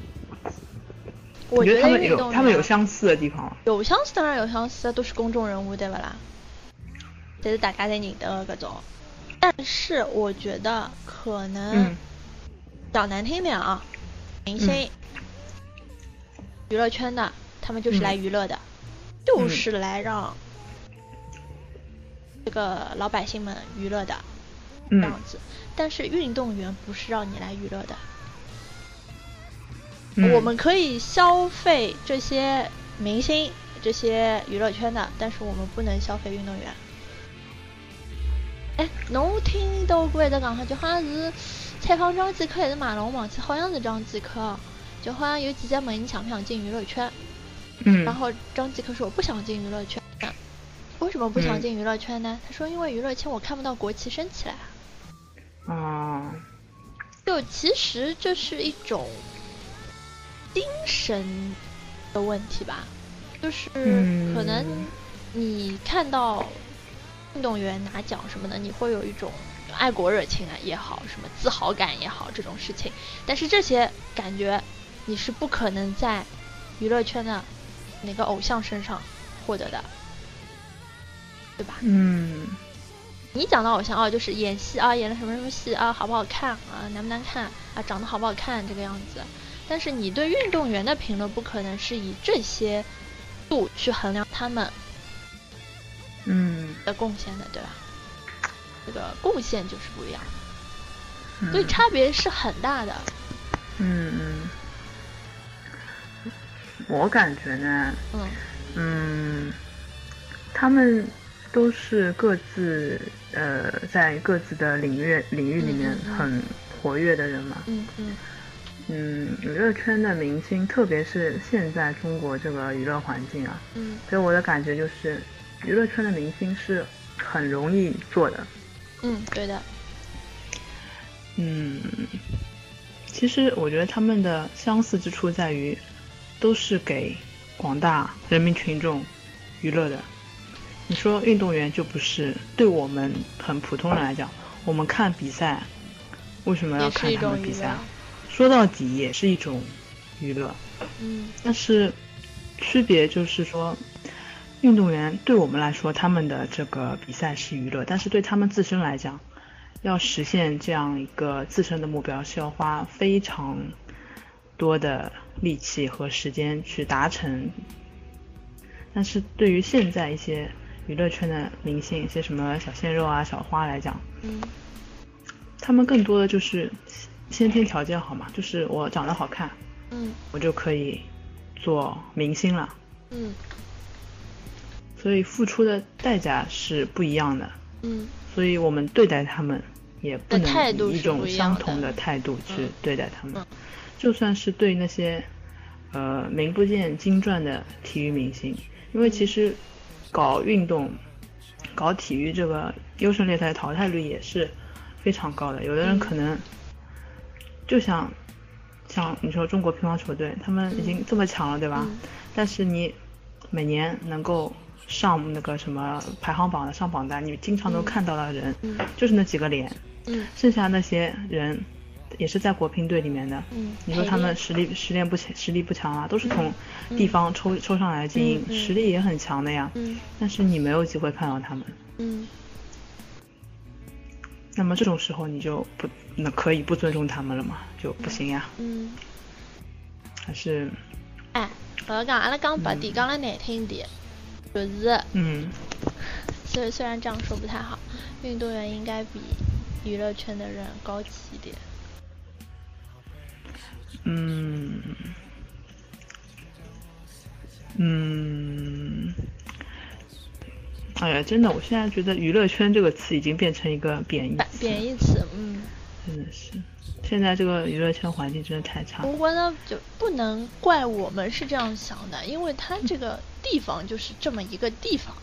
Speaker 1: 我
Speaker 2: 你觉他
Speaker 1: 得
Speaker 2: 们
Speaker 1: 运动
Speaker 2: 有他们有
Speaker 1: 员
Speaker 2: 相似的地方吗？
Speaker 1: 有相似，当然有相似，都是公众人物，对不啦？这是大家在认得的各种。但是我觉得可能
Speaker 2: 嗯
Speaker 1: 讲难听点啊，明星、
Speaker 2: 嗯
Speaker 1: 娱乐圈的，他们就是来娱乐的，
Speaker 2: 嗯
Speaker 1: 就是来让这个老百姓们娱乐的。这
Speaker 2: 嗯
Speaker 1: 样子。但是运动员不是让你来娱乐的，
Speaker 2: 嗯，
Speaker 1: 我们可以消费这些明星、这些娱乐圈的，但是我们不能消费运动员。哎，侬听到过一只讲法，就好像是采访张继科还是马龙，忘记好像是张继科哦，就好像有记者问你想不想进娱乐圈，
Speaker 2: 嗯，
Speaker 1: 然后张继科说我不想进娱乐圈。为什么不想
Speaker 2: 嗯
Speaker 1: 进娱乐圈呢？他说因为娱乐圈我看不到国旗升起来啊。
Speaker 2: 啊，
Speaker 1: 就其实这是一种精神的问题吧，就是
Speaker 2: 嗯
Speaker 1: 可能你看到运动员拿奖什么的，你会有一种爱国热情啊也好，什么自豪感也好这种事情，但是这些感觉你是不可能在娱乐圈的哪个偶像身上获得的，对吧？
Speaker 2: 嗯，
Speaker 1: 你讲到偶像啊，就是演戏啊，演了什么什么戏啊，好不好看啊，难不难看啊，长得好不好看这个样子。但是你对运动员的评论不可能是以这些度去衡量他们
Speaker 2: 嗯，
Speaker 1: 的贡献的，对吧？这个贡献就是不一样的，
Speaker 2: 嗯
Speaker 1: 所以差别是很大的。
Speaker 2: 嗯嗯，我感觉呢，
Speaker 1: 嗯
Speaker 2: 嗯，他们都是各自呃在各自的领域领域里面
Speaker 1: 嗯嗯嗯
Speaker 2: 很活跃的人嘛。
Speaker 1: 嗯嗯
Speaker 2: 嗯，娱乐圈的明星，特别是现在中国这个娱乐环境啊，
Speaker 1: 嗯
Speaker 2: 给我的感觉就是，娱乐圈的明星是很容易做的。
Speaker 1: 嗯，对的。
Speaker 2: 嗯，其实我觉得他们的相似之处在于，都是给广大人民群众娱乐的。你说运动员就不是，对我们很普通人来讲，我们看比赛，为什么要
Speaker 1: 也
Speaker 2: 看
Speaker 1: 是一
Speaker 2: 他
Speaker 1: 种
Speaker 2: 们比
Speaker 1: 娱
Speaker 2: 赛
Speaker 1: 乐
Speaker 2: 啊？。说到底也是一种娱乐，
Speaker 1: 嗯
Speaker 2: 但是区别就是说，运动员对我们来说，他们的这个比赛是娱乐，但是对他们自身来讲，要实现这样一个自身的目标，是要花非常多的力气和时间去达成。但是对于现在一些娱乐圈的明星，一些什么小鲜肉啊、小花来讲，
Speaker 1: 嗯
Speaker 2: 他们更多的就是先天条件好嘛，就是我长得好看，
Speaker 1: 嗯
Speaker 2: 我就可以做明星了。
Speaker 1: 嗯
Speaker 2: 所以付出的代价是不一样的，
Speaker 1: 嗯
Speaker 2: 所以我们对待他们也不
Speaker 1: 的态度
Speaker 2: 能
Speaker 1: 是
Speaker 2: 以一
Speaker 1: 不
Speaker 2: 种
Speaker 1: 一样
Speaker 2: 相
Speaker 1: 的
Speaker 2: 同的态度去对待他们
Speaker 1: 嗯。
Speaker 2: 就算是对那些呃名不见经传的体育明星，因为其实搞运动、搞体育这个优胜劣汰淘汰率也是非常高的。有的人
Speaker 1: 嗯
Speaker 2: 可能就想像你说中国乒乓球队，他们已经这么强了，对吧？
Speaker 1: 嗯
Speaker 2: 但是你每年能够上那个什么排行榜的上榜单，你经常能
Speaker 1: 嗯
Speaker 2: 看到的人，
Speaker 1: 嗯
Speaker 2: 就是那几个脸，
Speaker 1: 嗯
Speaker 2: 剩下那些人也是在国乒队里面的。
Speaker 1: 嗯，
Speaker 2: 你说
Speaker 1: 陪
Speaker 2: 他们
Speaker 1: 练
Speaker 2: 实力实力不强，实力不强啊，都是从
Speaker 1: 嗯
Speaker 2: 地方抽、抽上来的精英，
Speaker 1: 嗯嗯
Speaker 2: 实力也很强的呀。
Speaker 1: 嗯
Speaker 2: 但是你没有机会看到他们，
Speaker 1: 嗯
Speaker 2: 那么这种时候你就不那可以不尊重他们了嘛？就不行呀，
Speaker 1: 嗯，
Speaker 2: 还是
Speaker 1: 哎，我要讲，阿拉讲白点，讲了难听点，就是
Speaker 2: 嗯
Speaker 1: 虽虽然这样说不太好，运动员应该比娱乐圈的人高级一点。
Speaker 2: 嗯嗯，哎呀，真的，我现在觉得娱乐圈这个词已经变成一个贬义
Speaker 1: 贬
Speaker 2: 词，
Speaker 1: 贬义词，嗯，
Speaker 2: 真的是。现在这个娱乐圈环境真的太差了。
Speaker 1: 我觉得就不能怪我们是这样想的，因为他这个地方就是这么一个地方，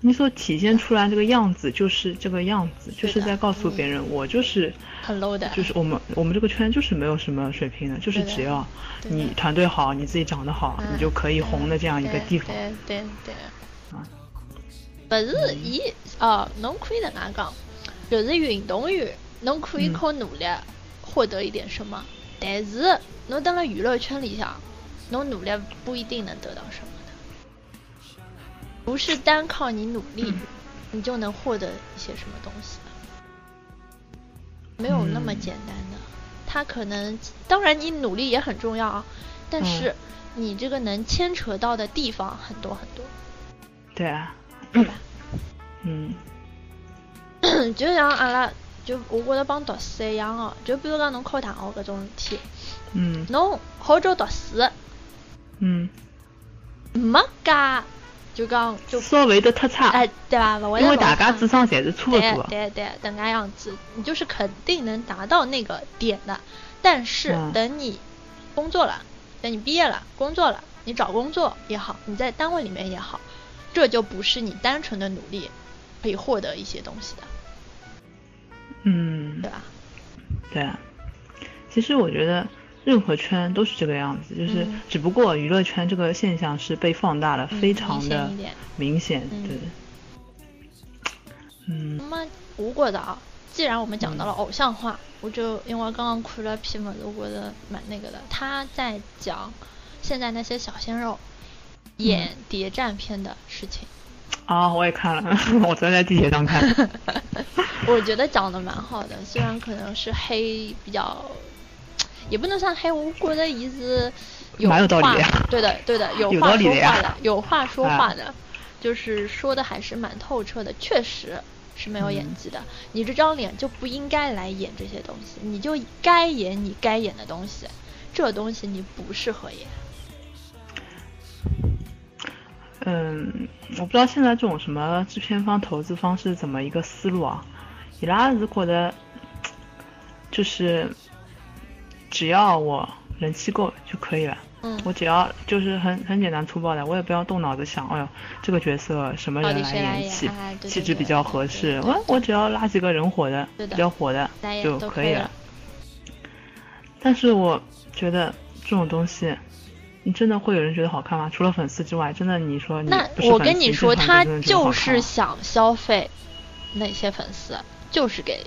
Speaker 2: 你所体现出来这个样子就是这个样子，就是是
Speaker 1: 的嗯
Speaker 2: 在告诉别人，我就是
Speaker 1: 很 low 的，
Speaker 2: 就是我们我们这个圈就是没有什么水平的，就是
Speaker 1: 对的
Speaker 2: 只要
Speaker 1: 对的
Speaker 2: 你团队好，你自己长得好，
Speaker 1: 嗯
Speaker 2: 你就可以红的这样一个地方。
Speaker 1: 对对对
Speaker 2: 啊
Speaker 1: 对，勿是伊哦，侬可以能介讲，就是运动员，侬可以
Speaker 2: 嗯
Speaker 1: 靠努力获得一点什么，但是侬蹲辣娱乐圈里向，侬努力不一定能得到什么的，不是单靠你努力，
Speaker 2: 嗯
Speaker 1: 你就能获得一些什么东西的，没有那么
Speaker 2: 嗯
Speaker 1: 简单的。他可能当然你努力也很重要啊，但
Speaker 2: 嗯
Speaker 1: 是你这个能牵扯到的地方很多很多，
Speaker 2: 对啊，
Speaker 1: 对吧？
Speaker 2: 嗯
Speaker 1: 就像阿拉就我觉着帮读书一样哦，就比如讲侬考大学搿种事体，
Speaker 2: 嗯
Speaker 1: 侬好叫读书，
Speaker 2: 嗯，
Speaker 1: 没介就讲就
Speaker 2: 稍微的特差，
Speaker 1: 哎对吧？勿会
Speaker 2: 因为
Speaker 1: 老
Speaker 2: 大家
Speaker 1: 差
Speaker 2: 智商侪是差不多啊
Speaker 1: 对对
Speaker 2: 的。
Speaker 1: 对，等个样子，你就是肯定能达到那个点的。但是
Speaker 2: 嗯
Speaker 1: 等你工作了，等你毕业了，工作了，你找工作也好，你在单位里面也好，这就不是你单纯的努力可以获得一些东西的，
Speaker 2: 嗯
Speaker 1: 对，吧？
Speaker 2: 对啊。其实我觉得任何圈都是这个样子，就是
Speaker 1: 嗯
Speaker 2: 只不过娱乐圈这个现象是被放大了，
Speaker 1: 嗯
Speaker 2: 非常的
Speaker 1: 明显一点
Speaker 2: 明显。
Speaker 1: 嗯
Speaker 2: 对，嗯
Speaker 1: 那么我觉得啊，既然我们讲到了偶像化，我就因为刚刚看了篇文字，我觉得蛮那个的。他在讲现在那些小鲜肉演谍战片的事情，
Speaker 2: 啊、我也看了， 我昨天在地铁上看。
Speaker 1: 我觉得长得蛮好的，虽然可能是黑比较，也不能算黑，我觉得伊是有话
Speaker 2: 蛮有道理的呀
Speaker 1: 对的，对 的，有
Speaker 2: 有
Speaker 1: 话
Speaker 2: 道理
Speaker 1: 说
Speaker 2: 的呀
Speaker 1: 话的，有话说话
Speaker 2: 啊
Speaker 1: 的，就是说的还是蛮透彻的，确实。是没有演
Speaker 2: 嗯
Speaker 1: 技的，你这张脸就不应该来演这些东西，你就该演你该演的东西，这东西你不适合演。
Speaker 2: 嗯，我不知道现在这种什么制片方投资方是怎么一个思路啊？伊拉是觉得，就是只要我人气够就可以了。
Speaker 1: 嗯，
Speaker 2: 我只要就是很很简单粗暴的，我也不要动脑子想，哎呦，这个角色什么
Speaker 1: 到
Speaker 2: 人
Speaker 1: 底谁来
Speaker 2: 演
Speaker 1: 演
Speaker 2: 气
Speaker 1: 哎对对
Speaker 2: 气质
Speaker 1: 对
Speaker 2: 比较
Speaker 1: 对
Speaker 2: 合
Speaker 1: 对对
Speaker 2: 适，我我只要拉几个人火的，
Speaker 1: 对的
Speaker 2: 比较火的
Speaker 1: 大家
Speaker 2: 就
Speaker 1: 都
Speaker 2: 可
Speaker 1: 以
Speaker 2: 以
Speaker 1: 了
Speaker 2: 了。。但是我觉得这种东西，你真的会有人觉得好看吗？除了粉丝之外，真的你说你
Speaker 1: 那
Speaker 2: 不是
Speaker 1: 我
Speaker 2: 粉
Speaker 1: 跟
Speaker 2: 丝
Speaker 1: 你
Speaker 2: 你
Speaker 1: 说，
Speaker 2: 正
Speaker 1: 他
Speaker 2: 常人真的觉得好
Speaker 1: 就
Speaker 2: 看
Speaker 1: 是
Speaker 2: 吗
Speaker 1: 想消费那些粉丝，就是给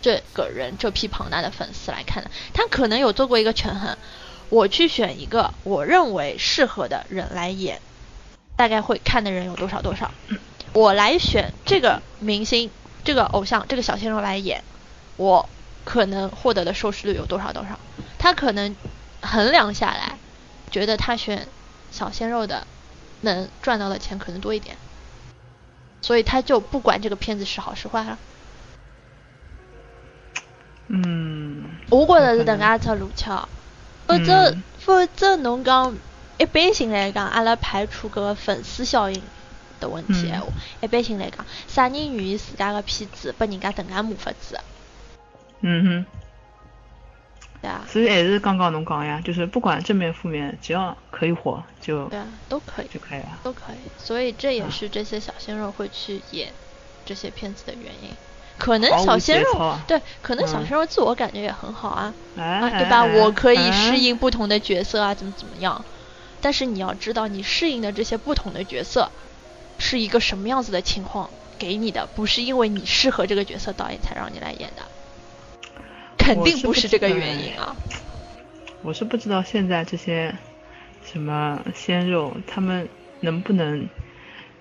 Speaker 1: 这个人这批庞大的粉丝来看的。他可能有做过一个权衡，我去选一个我认为适合的人来演，大概会看的人有多少多少，我来选这个明星、这个偶像、这个小鲜肉来演，我可能获得的收视率有多少多少。他可能衡量下来，觉得他选小鲜肉的能赚到的钱可能多一点，所以他就不管这个片子是好是坏了。啊
Speaker 2: 嗯，
Speaker 1: 我觉着是能介只路腔，否则
Speaker 2: 嗯
Speaker 1: 否则侬讲一般性来讲，阿拉排除搿个粉丝效应的问题闲话，一般性来讲，啥人愿意自家个片子被人家迭介骂法子，
Speaker 2: 嗯哼，
Speaker 1: 对啊，
Speaker 2: 所以还是刚刚侬讲呀，就是不管正面负面，只要可以火就
Speaker 1: 对啊，都可以，
Speaker 2: 就可以啊了。
Speaker 1: 都可以。所以这也
Speaker 2: 啊
Speaker 1: 是这些小鲜肉会去演这些片子的原因。可能
Speaker 2: 毫无
Speaker 1: 小鲜
Speaker 2: 节
Speaker 1: 肉
Speaker 2: 操啊
Speaker 1: 对，可能小
Speaker 2: 嗯
Speaker 1: 鲜肉自我感觉也很好啊，
Speaker 2: 哎
Speaker 1: 啊，，对
Speaker 2: 哎
Speaker 1: 吧？
Speaker 2: 哎
Speaker 1: 我可以适
Speaker 2: 哎
Speaker 1: 应不同的角色啊，怎么怎么样。但是你要知道，你适应的这些不同的角色是一个什么样子的情况给你的，不是因为你适合这个角色，导演才让你来演的，肯
Speaker 2: 我
Speaker 1: 定
Speaker 2: 是
Speaker 1: 不
Speaker 2: 不
Speaker 1: 是
Speaker 2: 知
Speaker 1: 这个
Speaker 2: 道
Speaker 1: 原
Speaker 2: 哎
Speaker 1: 因啊。
Speaker 2: 我是不知道现在这些什么鲜肉，他们能不能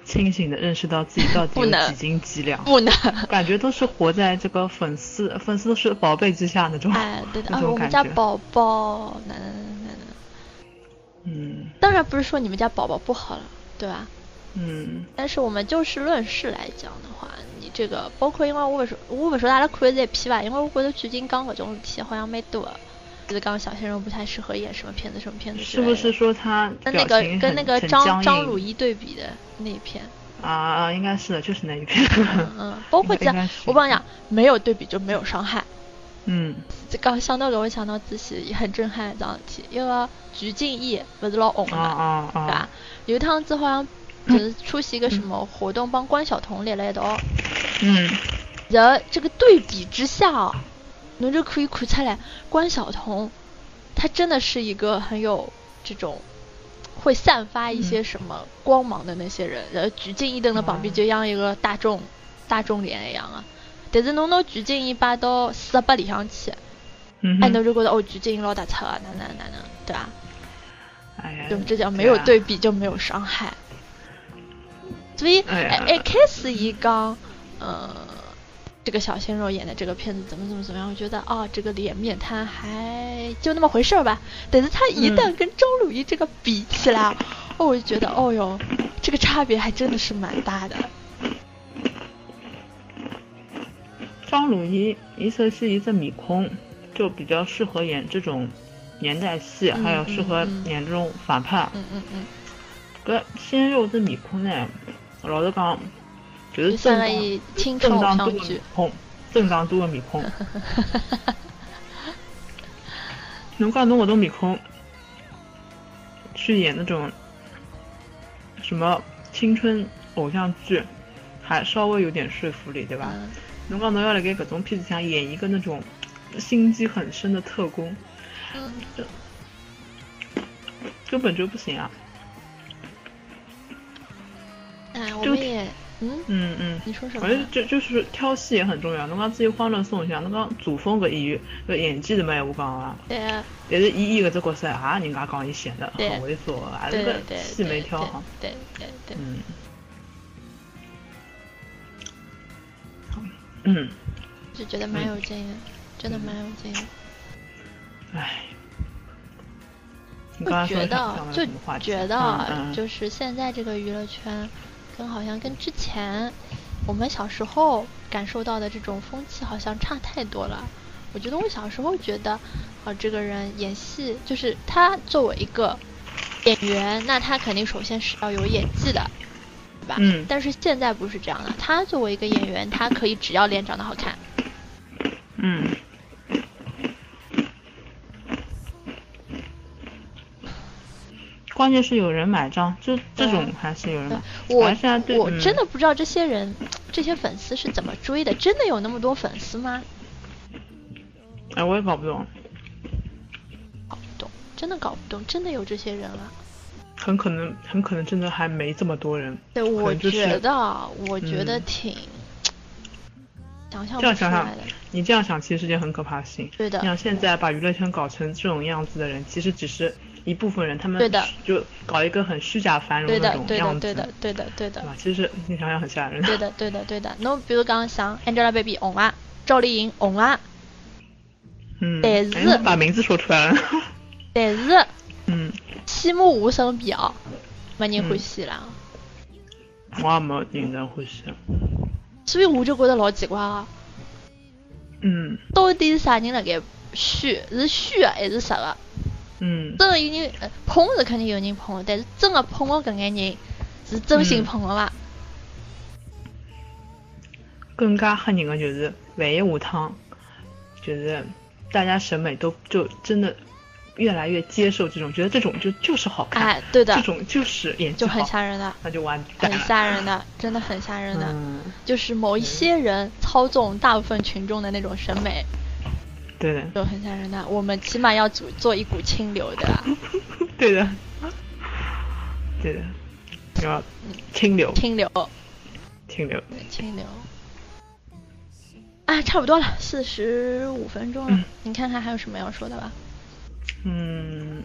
Speaker 2: 清醒的认识到 自己到底
Speaker 1: 不
Speaker 2: 有
Speaker 1: 能
Speaker 2: 几斤几两？
Speaker 1: 不 能，
Speaker 2: 感觉都是活在这个粉丝粉丝都是宝贝之下那种。
Speaker 1: 哎，对的，
Speaker 2: 那
Speaker 1: 啊，
Speaker 2: 种
Speaker 1: 我们
Speaker 2: 感
Speaker 1: 家
Speaker 2: 觉
Speaker 1: 宝宝，那那那那那，
Speaker 2: 嗯
Speaker 1: 当然不是说你们家宝宝不好了，对吧？
Speaker 2: 嗯
Speaker 1: 但是我们就事论事来讲的话，你这个包括因为我勿说，我勿说大家看的这一批伐，因为我觉得最近讲搿种事体好像蛮多的，就是讲小鲜肉不太适合演什么片子，什么片子之
Speaker 2: 是
Speaker 1: 类
Speaker 2: 不
Speaker 1: 的
Speaker 2: 是说他
Speaker 1: 跟
Speaker 2: 表
Speaker 1: 那个
Speaker 2: 情
Speaker 1: 跟
Speaker 2: 很
Speaker 1: 那个
Speaker 2: 很
Speaker 1: 张
Speaker 2: 僵
Speaker 1: 张
Speaker 2: 硬
Speaker 1: 鲁一对比的那一 篇，
Speaker 2: 啊？应该是的，就是那一篇。
Speaker 1: 嗯嗯，包括
Speaker 2: 应该
Speaker 1: 讲
Speaker 2: 应该，是
Speaker 1: 我帮你讲，没有对比就没有伤害。
Speaker 2: 嗯
Speaker 1: 这刚想到搿，我想到之前也很震撼的一桩事体，一个鞠婧祎勿是老红的
Speaker 2: 啊
Speaker 1: 嘛，
Speaker 2: 啊
Speaker 1: 对吧
Speaker 2: 啊！？
Speaker 1: 有一趟子好像就是出席一个什么活动，帮关晓彤连了一道。
Speaker 2: 嗯
Speaker 1: 然后这个对比之下哦，侬就可以看出来，关晓彤，她真的是一个很有这种会散发一些什么光芒的那些人。然后鞠婧祎蹲辣旁边就像一个大众、大众脸一样啊。但是侬拿鞠婧祎摆到四十八里向去，
Speaker 2: 嗯
Speaker 1: 哎，
Speaker 2: 哼，
Speaker 1: 侬就觉得哦，鞠婧祎老大特啊，哪哪哪哪，对吧？
Speaker 2: 哎呀
Speaker 1: 就这叫没有
Speaker 2: 啊
Speaker 1: 对比就没有伤害。所以
Speaker 2: 哎呀
Speaker 1: 哎，一开始一刚，呃，这个小鲜肉演的这个片子怎么怎么怎么样，我觉得哦，这个脸面瘫还就那么回事儿吧。但是他一
Speaker 2: 嗯
Speaker 1: 旦跟张鲁一这个比起来，哦，我就觉得哦哟，这个差别还真的是蛮大的。
Speaker 2: 张鲁一一直是一个米空，就比较适合演这种年代戏，
Speaker 1: 嗯
Speaker 2: 还有适合
Speaker 1: 嗯嗯
Speaker 2: 演这种反派。
Speaker 1: 嗯嗯嗯，
Speaker 2: 搿鲜肉这米空呢，老实讲，就
Speaker 1: 就是算
Speaker 2: 正
Speaker 1: 了
Speaker 2: 当
Speaker 1: 一青春
Speaker 2: 呃正
Speaker 1: 偶
Speaker 2: 当多
Speaker 1: 像
Speaker 2: 的米
Speaker 1: 剧，
Speaker 2: 空，正当多的米 空。侬讲侬搿种米空去演那种什么青春偶像剧，还稍微有点说服力，对吧？
Speaker 1: 嗯，
Speaker 2: 侬讲侬要辣盖搿种片子上演一个那种心机很深的特工，
Speaker 1: 嗯
Speaker 2: 根本就不行啊！
Speaker 1: 哎，我
Speaker 2: 就
Speaker 1: 们也，嗯，
Speaker 2: 嗯嗯，
Speaker 1: 你说什么
Speaker 2: 反？正就就是挑戏也很重要。侬讲自己欢乐啊颂像，侬讲祖峰搿演员搿演技是没闲话讲啊，
Speaker 1: 对啊，
Speaker 2: 但是伊演搿只角色也人家讲伊显得很
Speaker 1: 对
Speaker 2: 猥琐，还啊
Speaker 1: 对
Speaker 2: 是
Speaker 1: 对
Speaker 2: 搿
Speaker 1: 对
Speaker 2: 戏没
Speaker 1: 对
Speaker 2: 挑好。
Speaker 1: 对对对。
Speaker 2: 嗯，嗯，
Speaker 1: 就觉得蛮有劲的，真的蛮有劲的。
Speaker 2: 唉，你刚
Speaker 1: 我
Speaker 2: 才说
Speaker 1: 觉
Speaker 2: 想想
Speaker 1: 得
Speaker 2: 到
Speaker 1: 就
Speaker 2: 什么话题？
Speaker 1: 觉得啊
Speaker 2: 嗯嗯
Speaker 1: 就是现在这个娱乐圈，跟好像跟之前我们小时候感受到的这种风气好像差太多了。我觉得我小时候觉得，啊，这个人演戏就是他作为一个演员，那他肯定首先是要有演技的，对吧？
Speaker 2: 嗯
Speaker 1: 但是现在不是这样的，他作为一个演员，他可以只要脸长得好看，
Speaker 2: 嗯，关键是有人买账，就这种还是有人买。
Speaker 1: 我
Speaker 2: 还是要对
Speaker 1: 我
Speaker 2: 嗯
Speaker 1: 真的不知道这些人、这些粉丝是怎么追的，真的有那么多粉丝吗？
Speaker 2: 哎，我也搞不懂，
Speaker 1: 搞不懂，真的搞不懂，真的有这些人了。
Speaker 2: 很可能很可能真的还没这么多人。
Speaker 1: 对，
Speaker 2: 能
Speaker 1: 我
Speaker 2: 就是
Speaker 1: 觉得，我觉得
Speaker 2: 嗯
Speaker 1: 挺、想象
Speaker 2: 这
Speaker 1: 不
Speaker 2: 样
Speaker 1: 出
Speaker 2: 想想
Speaker 1: 来的。，
Speaker 2: 你这样想其实是件很可怕的事情。
Speaker 1: 对的
Speaker 2: 你想现在把娱乐圈搞成这种样子的人，其实只是一部分人，他们
Speaker 1: 对的
Speaker 2: 就搞一个很虚假繁荣
Speaker 1: 对的
Speaker 2: 那，种
Speaker 1: 对
Speaker 2: 样
Speaker 1: 的，对
Speaker 2: 子，
Speaker 1: 的，对的，对
Speaker 2: 对
Speaker 1: 的，
Speaker 2: 吧？其实你想想很吓人的。
Speaker 1: 对的，对的，对的。那比如刚刚想 Angelababy 红啦，赵丽颖红啊啦，
Speaker 2: 嗯，
Speaker 1: 得
Speaker 2: 哎，
Speaker 1: 是
Speaker 2: 你把名字说出来了。
Speaker 1: 但是
Speaker 2: 嗯，
Speaker 1: 西木无声比哦，没人欢
Speaker 2: 嗯
Speaker 1: 喜啦。
Speaker 2: 我也没认真回事。
Speaker 1: 所以我就觉得老奇怪啊，
Speaker 2: 嗯
Speaker 1: 到底是啥人辣盖虚？是虚的还是实的？
Speaker 2: 嗯
Speaker 1: 真的有人呃捧是肯定有人捧的，但是真的捧我搿眼人是真心
Speaker 2: 嗯
Speaker 1: 捧的伐？
Speaker 2: 更加吓人的就是，万一下趟，就是大家审美都就真的越来越接受这种，觉得这种就就是好看，
Speaker 1: 哎，对的
Speaker 2: 这，种就是演技
Speaker 1: 就很
Speaker 2: 好，
Speaker 1: 吓人的，
Speaker 2: 那就完蛋
Speaker 1: 很
Speaker 2: 了。
Speaker 1: 吓人的，真的很吓人的，
Speaker 2: 嗯，
Speaker 1: 就是某一些人操纵大部分群众的那种审美，
Speaker 2: 对的，
Speaker 1: 就很吓人的。我们起码要组做一股清流的啊
Speaker 2: 嗯对的，对的，你要清流，
Speaker 1: 清流，
Speaker 2: 清流。
Speaker 1: 对清流。啊，差不多了，四十五分钟了，
Speaker 2: 嗯
Speaker 1: 你看看还有什么要说的吧？
Speaker 2: 嗯，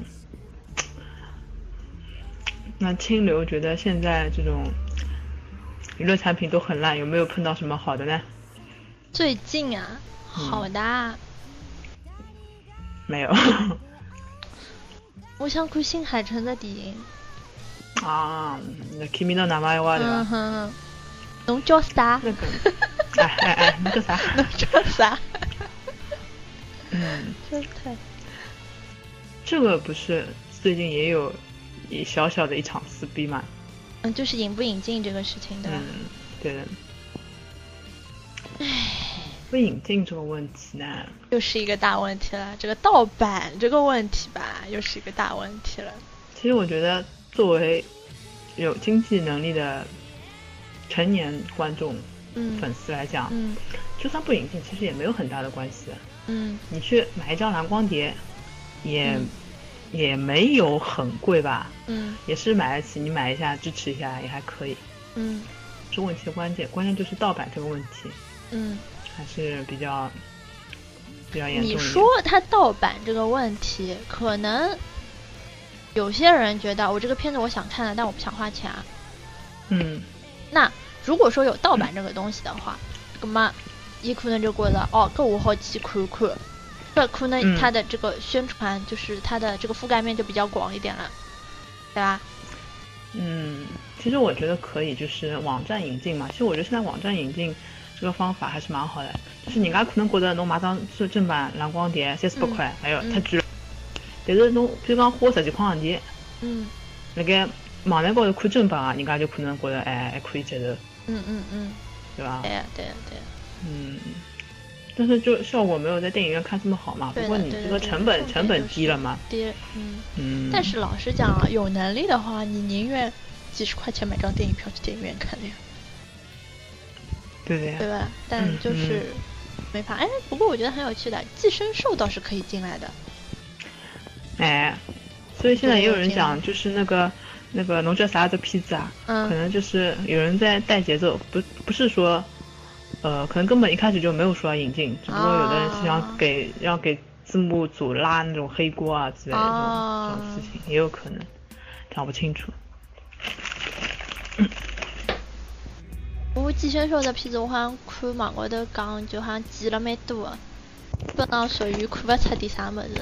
Speaker 2: 那清流觉得现在这种娱乐产品都很烂，有没有碰到什么好的呢？
Speaker 1: 最近啊，
Speaker 2: 嗯
Speaker 1: 好的啊。
Speaker 2: 没有
Speaker 1: 我想看新海诚的电影。
Speaker 2: 啊，那 Kimi no n a m a 对
Speaker 1: 嗯
Speaker 2: 吧？
Speaker 1: 哼，侬叫 啥？
Speaker 2: 那 个，哎哎哎，那个啥，
Speaker 1: 侬叫啥？
Speaker 2: 嗯，
Speaker 1: 真的，
Speaker 2: 这个不是最近也有一小小的一场撕逼嘛？
Speaker 1: 嗯，就是引不引进这个事情，对吧？啊
Speaker 2: 嗯，对的。不引进这个问题呢，
Speaker 1: 又是一个大问题了。这个盗版这个问题吧，又是一个大问题了。
Speaker 2: 其实我觉得作为有经济能力的成年观众
Speaker 1: 嗯
Speaker 2: 粉丝来讲，
Speaker 1: 嗯
Speaker 2: 就算不引进，其实也没有很大的关系。
Speaker 1: 嗯，
Speaker 2: 你去买一张蓝光碟，也、
Speaker 1: 嗯
Speaker 2: 也没有很贵吧，
Speaker 1: 嗯
Speaker 2: 也是买得起，你买一下支持一下也还可以。
Speaker 1: 嗯
Speaker 2: 不是问题的关键，关键就是盗版这个问题
Speaker 1: 嗯，
Speaker 2: 还是比较比较严重一
Speaker 1: 你
Speaker 2: 点。
Speaker 1: 说它盗版这个问题，可能有些人觉得我哦这个片子我想看了，但我不想花钱啊。
Speaker 2: 嗯
Speaker 1: 那如果说有盗版这个东西的话，那么伊可能就觉得哦，搿我好去看一看，这可能
Speaker 2: 嗯
Speaker 1: 它的这个宣传就是它的这个覆盖面就比较广一点了，对吧？
Speaker 2: 嗯，其实我觉得可以，就是网站引进嘛。其实我觉得现在网站引进这个方法还是蛮好的，就是人家可能觉得侬买张正正版蓝光碟三十八块，哎哟
Speaker 1: 嗯
Speaker 2: 太贵了。但是侬比如讲花十几块洋钿，
Speaker 1: 嗯
Speaker 2: 辣盖网站高头看正版啊，人家就可能觉得哎还可以接受，
Speaker 1: 嗯嗯嗯，
Speaker 2: 对吧
Speaker 1: 对？呀对呀对呀，
Speaker 2: 嗯。但是就效果没有在电影院看这么好嘛。
Speaker 1: 对
Speaker 2: 不
Speaker 1: 的
Speaker 2: 过你
Speaker 1: 对的
Speaker 2: 这个
Speaker 1: 对的
Speaker 2: 成
Speaker 1: 重
Speaker 2: 本
Speaker 1: 点
Speaker 2: 成本
Speaker 1: 就是
Speaker 2: 低了嘛。
Speaker 1: 第嗯，
Speaker 2: 嗯。
Speaker 1: 但是老实讲啊，有能力的话，你宁愿几十块钱买张电影票去电影院看的呀，
Speaker 2: 对的呀
Speaker 1: 对。吧？但
Speaker 2: 嗯
Speaker 1: 就是。没法，哎，不过我觉得很有趣的，寄生兽倒是可以进来的，
Speaker 2: 哎，所以现在也有人
Speaker 1: 对
Speaker 2: 讲，就是那个那个侬叫啥这片子啊？可
Speaker 1: 嗯
Speaker 2: 能就是有人在带节奏，不不是说，呃，可能根本一开始就没有说要引进，只不过有的人是
Speaker 1: 啊
Speaker 2: 想给、要给字幕组拉那种黑锅啊之类的这种、
Speaker 1: 啊
Speaker 2: 这种事情，也有可能，搞不清楚。
Speaker 1: 我寄生兽》这片子，我好像看网高头讲，就好像剪了蛮多的，基本上属于看不出点啥么子。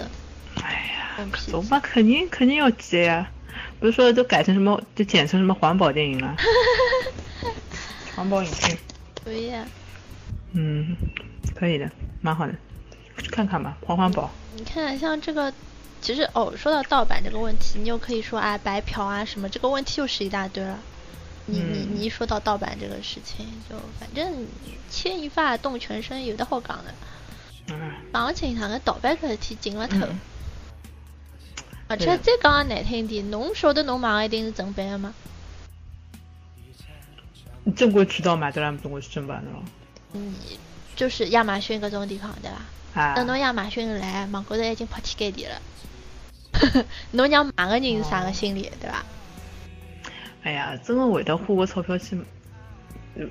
Speaker 2: 哎呀
Speaker 1: 放，屁
Speaker 2: 走吧，肯定肯定要接呀、不是说都改成什么，就简称什么环保电影 了，环保影片，
Speaker 1: 所以，
Speaker 2: 嗯，可以的，蛮好的，去看看吧，环环保，
Speaker 1: 你看，像这个，其实哦，说到盗版这个问题，你又可以说啊白嫖啊什么，这个问题又是一大堆了。你你
Speaker 2: 嗯
Speaker 1: 你一说到盗版这个事情，就反正牵一发动全身，有的好讲的。
Speaker 2: 嗯，
Speaker 1: 行情上个盗版搿事体进了头，
Speaker 2: 嗯
Speaker 1: 而且
Speaker 2: 对啊
Speaker 1: 再讲个难听点，侬晓得侬买个一定是正版个吗？
Speaker 2: 你正规渠道买当然不会是正版的了，
Speaker 1: 你就是亚马逊搿种地方对伐？
Speaker 2: 啊，
Speaker 1: 等侬亚马逊来，网高头已经铺天盖地了。 侬让买个人是啥个心理，对伐？
Speaker 2: 哎呀，真个会得花个钞票去，呃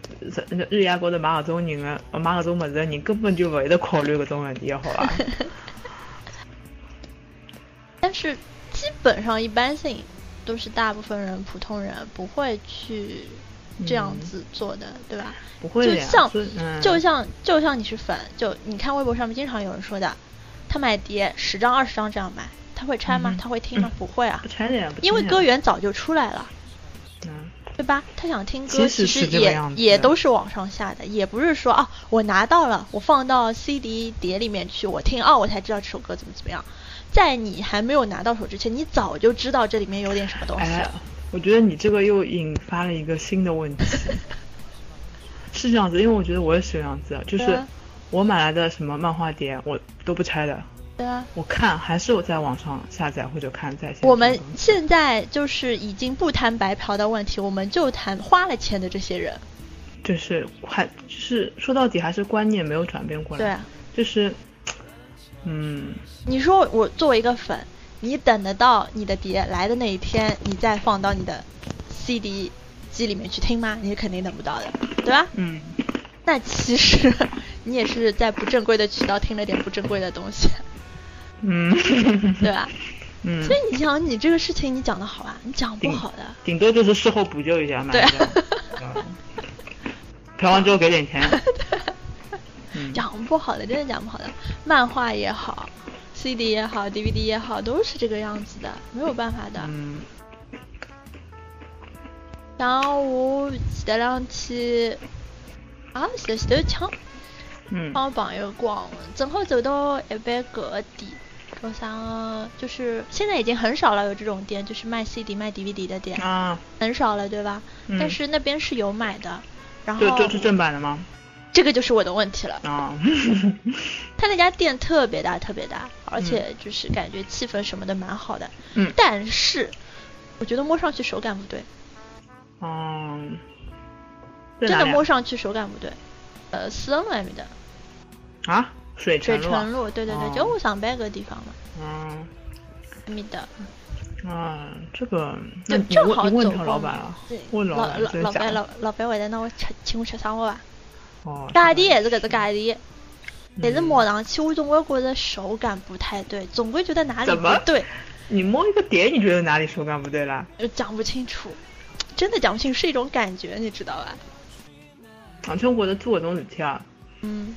Speaker 2: 日日夜高头买搿种人个，呃买搿种物事个人根本就勿会得考虑搿种问题个，好伐？
Speaker 1: 但是基本上一般性都是大部分人普通人不会去 这样子做的，对吧？
Speaker 2: 嗯不会的呀，
Speaker 1: 就像
Speaker 2: 所以嗯、
Speaker 1: 就像就像你是粉，就你看微博上面经常有人说的，他买碟十张二十张这样买，他会拆吗？
Speaker 2: 嗯哼
Speaker 1: 他会听吗？不会啊
Speaker 2: 不，拆的呀，不
Speaker 1: 因为
Speaker 2: 拆的呀
Speaker 1: 歌，源早就出来了。
Speaker 2: 嗯
Speaker 1: 对吧？他想听歌，
Speaker 2: 即
Speaker 1: 其
Speaker 2: 使
Speaker 1: 实
Speaker 2: 是这个
Speaker 1: 也
Speaker 2: 样子
Speaker 1: 也都是网上下的，也不是说啊，我拿到了，我放到 CD 碟里面去，我听哦，我才知道这首歌怎么怎么样。在你还没有拿到手之前，你早就知道这里面有点什么东西
Speaker 2: 哎
Speaker 1: 了。，
Speaker 2: 我觉得你这个又引发了一个新的 问题，是这样子，因为我觉得我也是这样子的，就
Speaker 1: 对
Speaker 2: 是
Speaker 1: 啊
Speaker 2: 我买来的什么漫画碟，我都不拆的，
Speaker 1: 对啊，
Speaker 2: 我看还是我在网上下载或者看在线
Speaker 1: 我们
Speaker 2: 上
Speaker 1: 现在就是已经不谈白嫖的问题，我们就谈花了钱的这些人。
Speaker 2: 就是还就是说到底还是观念没有转变过来，
Speaker 1: 对啊，
Speaker 2: 就是，嗯，
Speaker 1: 你说我作为一个粉，你等得到你的碟来的那一天，你再放到你的 CD 机里面去听吗？你肯定等不到的，对吧？
Speaker 2: 嗯，
Speaker 1: 那其实 你也是在不正规的渠道听了点不正规的东西，
Speaker 2: 嗯，
Speaker 1: 对吧？
Speaker 2: 嗯
Speaker 1: 所，以你想，你这个事情你讲的好啊，你讲不
Speaker 2: 顶
Speaker 1: 好的，
Speaker 2: 顶多就是事后补救一下嘛。
Speaker 1: 对啊
Speaker 2: 嗯嫖完之后给点钱。嗯，
Speaker 1: 讲不好的，真的讲不好的。漫画也好，CD 也好，DVD 也好，都是这个样子的，啊没有办法的。
Speaker 2: 嗯，
Speaker 1: 然后我前两天啊，前前头抢
Speaker 2: 嗯，
Speaker 1: 帮朋友逛，正好走到一般搿个店，叫啥个？就是现在已经很少了，有这种店，就是卖 CD、卖 DVD 的店，
Speaker 2: 啊，
Speaker 1: 很少了，对吧？
Speaker 2: 嗯
Speaker 1: 但是那边是有买的，然
Speaker 2: 就
Speaker 1: 后
Speaker 2: 就是正版的吗？
Speaker 1: 这个就是我的问题了。
Speaker 2: 啊，
Speaker 1: 他那家店特别大，特别大，而且就是感觉气氛什么的蛮好的，
Speaker 2: 嗯，
Speaker 1: 但是我觉得摸上去手感不对，
Speaker 2: 哦，在
Speaker 1: 真
Speaker 2: 哪
Speaker 1: 的
Speaker 2: 里啊
Speaker 1: 摸上去手感不对。呃，四恩路埃面的
Speaker 2: 啊？水
Speaker 1: 水
Speaker 2: 城路啊
Speaker 1: 城。路，对对对，
Speaker 2: 哦
Speaker 1: 就我上班个地方嘛，
Speaker 2: 嗯
Speaker 1: 埃面的。
Speaker 2: 啊，这个，
Speaker 1: 就
Speaker 2: 那你
Speaker 1: 正好
Speaker 2: 问你
Speaker 1: 走
Speaker 2: 问
Speaker 1: 过嘛。
Speaker 2: 他老板啊了
Speaker 1: 对，
Speaker 2: 问
Speaker 1: 老
Speaker 2: 板
Speaker 1: 老
Speaker 2: 真的
Speaker 1: 老
Speaker 2: 假
Speaker 1: 板
Speaker 2: 的？
Speaker 1: 老老板会得拿我吃请我吃生活伐？
Speaker 2: 哦，
Speaker 1: 价
Speaker 2: 是
Speaker 1: 钿
Speaker 2: 的
Speaker 1: 也是搿只价钿，但是
Speaker 2: 嗯
Speaker 1: 摸上去我总归觉着手感不太对，总归觉得哪里
Speaker 2: 怎
Speaker 1: 不
Speaker 2: 么
Speaker 1: 对，
Speaker 2: 你摸一个碟，你觉得哪里手感不对啦？
Speaker 1: 呃讲不清楚，真的讲不清，是一种感觉，你知道吧？
Speaker 2: 而且我觉得做搿种事体啊，
Speaker 1: 嗯，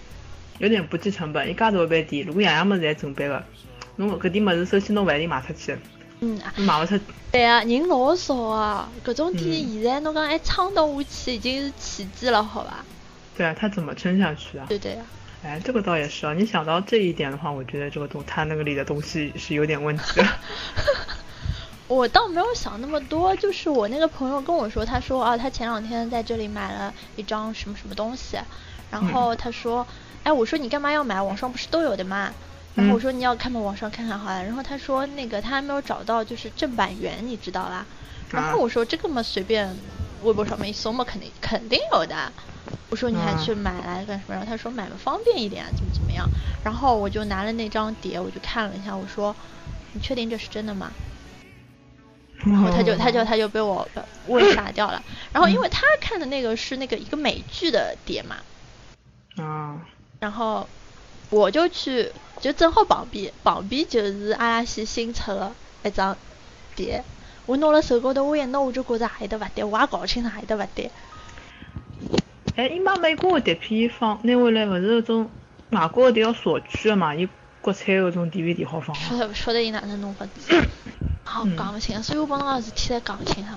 Speaker 2: 有点不计成本。一介大一杯店，如果样样物事侪正版个，侬搿点物事首先侬勿一定卖出去，
Speaker 1: 嗯啊，
Speaker 2: 侬卖勿出，
Speaker 1: 对啊，人老少啊，搿种店
Speaker 2: 嗯
Speaker 1: 现在侬讲还撑得下去已经是奇迹了，好吧？
Speaker 2: 对啊，他怎么撑下去啊？
Speaker 1: 对对啊，
Speaker 2: 哎，这个倒也是啊。你想到这一点的话，我觉得这个东他那个里的东西是有点问题的。
Speaker 1: 我倒没有想那么多，就是我那个朋友跟我说，他说啊，他前两天在这里买了一张什么什么东西，然后他说，哎，我说你干嘛要买？网上不是都有的嘛。然后我
Speaker 2: 嗯
Speaker 1: 说你要看吗？网上看看好了。然后他说那个他还没有找到就是正版源，你知道啦。然后我说这个嘛随便微博上面一搜嘛，肯定肯定有的。我说你还
Speaker 2: 嗯
Speaker 1: 去买来干什么？然后他说买了方便一点啊，怎么怎么样。然后我就拿了那张碟，我就看了一下，我说你确定这是真的吗？然后他
Speaker 2: 嗯
Speaker 1: 就他就 他就被我呃问傻掉了。然后因为他看的那个是那个一个美剧的碟嘛，
Speaker 2: 啊，
Speaker 1: 然后我就去就正好旁边旁边就是阿拉西新出的一张碟，我拿了手高头我一拿我就觉着阿里搭勿对，我也搞勿清爽阿里搭勿对。
Speaker 2: 哎，伊买美国的碟片放拿回来，勿是搿种外国的碟要锁区的嘛？伊国产搿种 DVD 好放
Speaker 1: 晓
Speaker 2: 啊。
Speaker 1: 得勿晓得伊哪能弄法子，好讲勿清，所以我帮侬个事体侪讲勿清爽。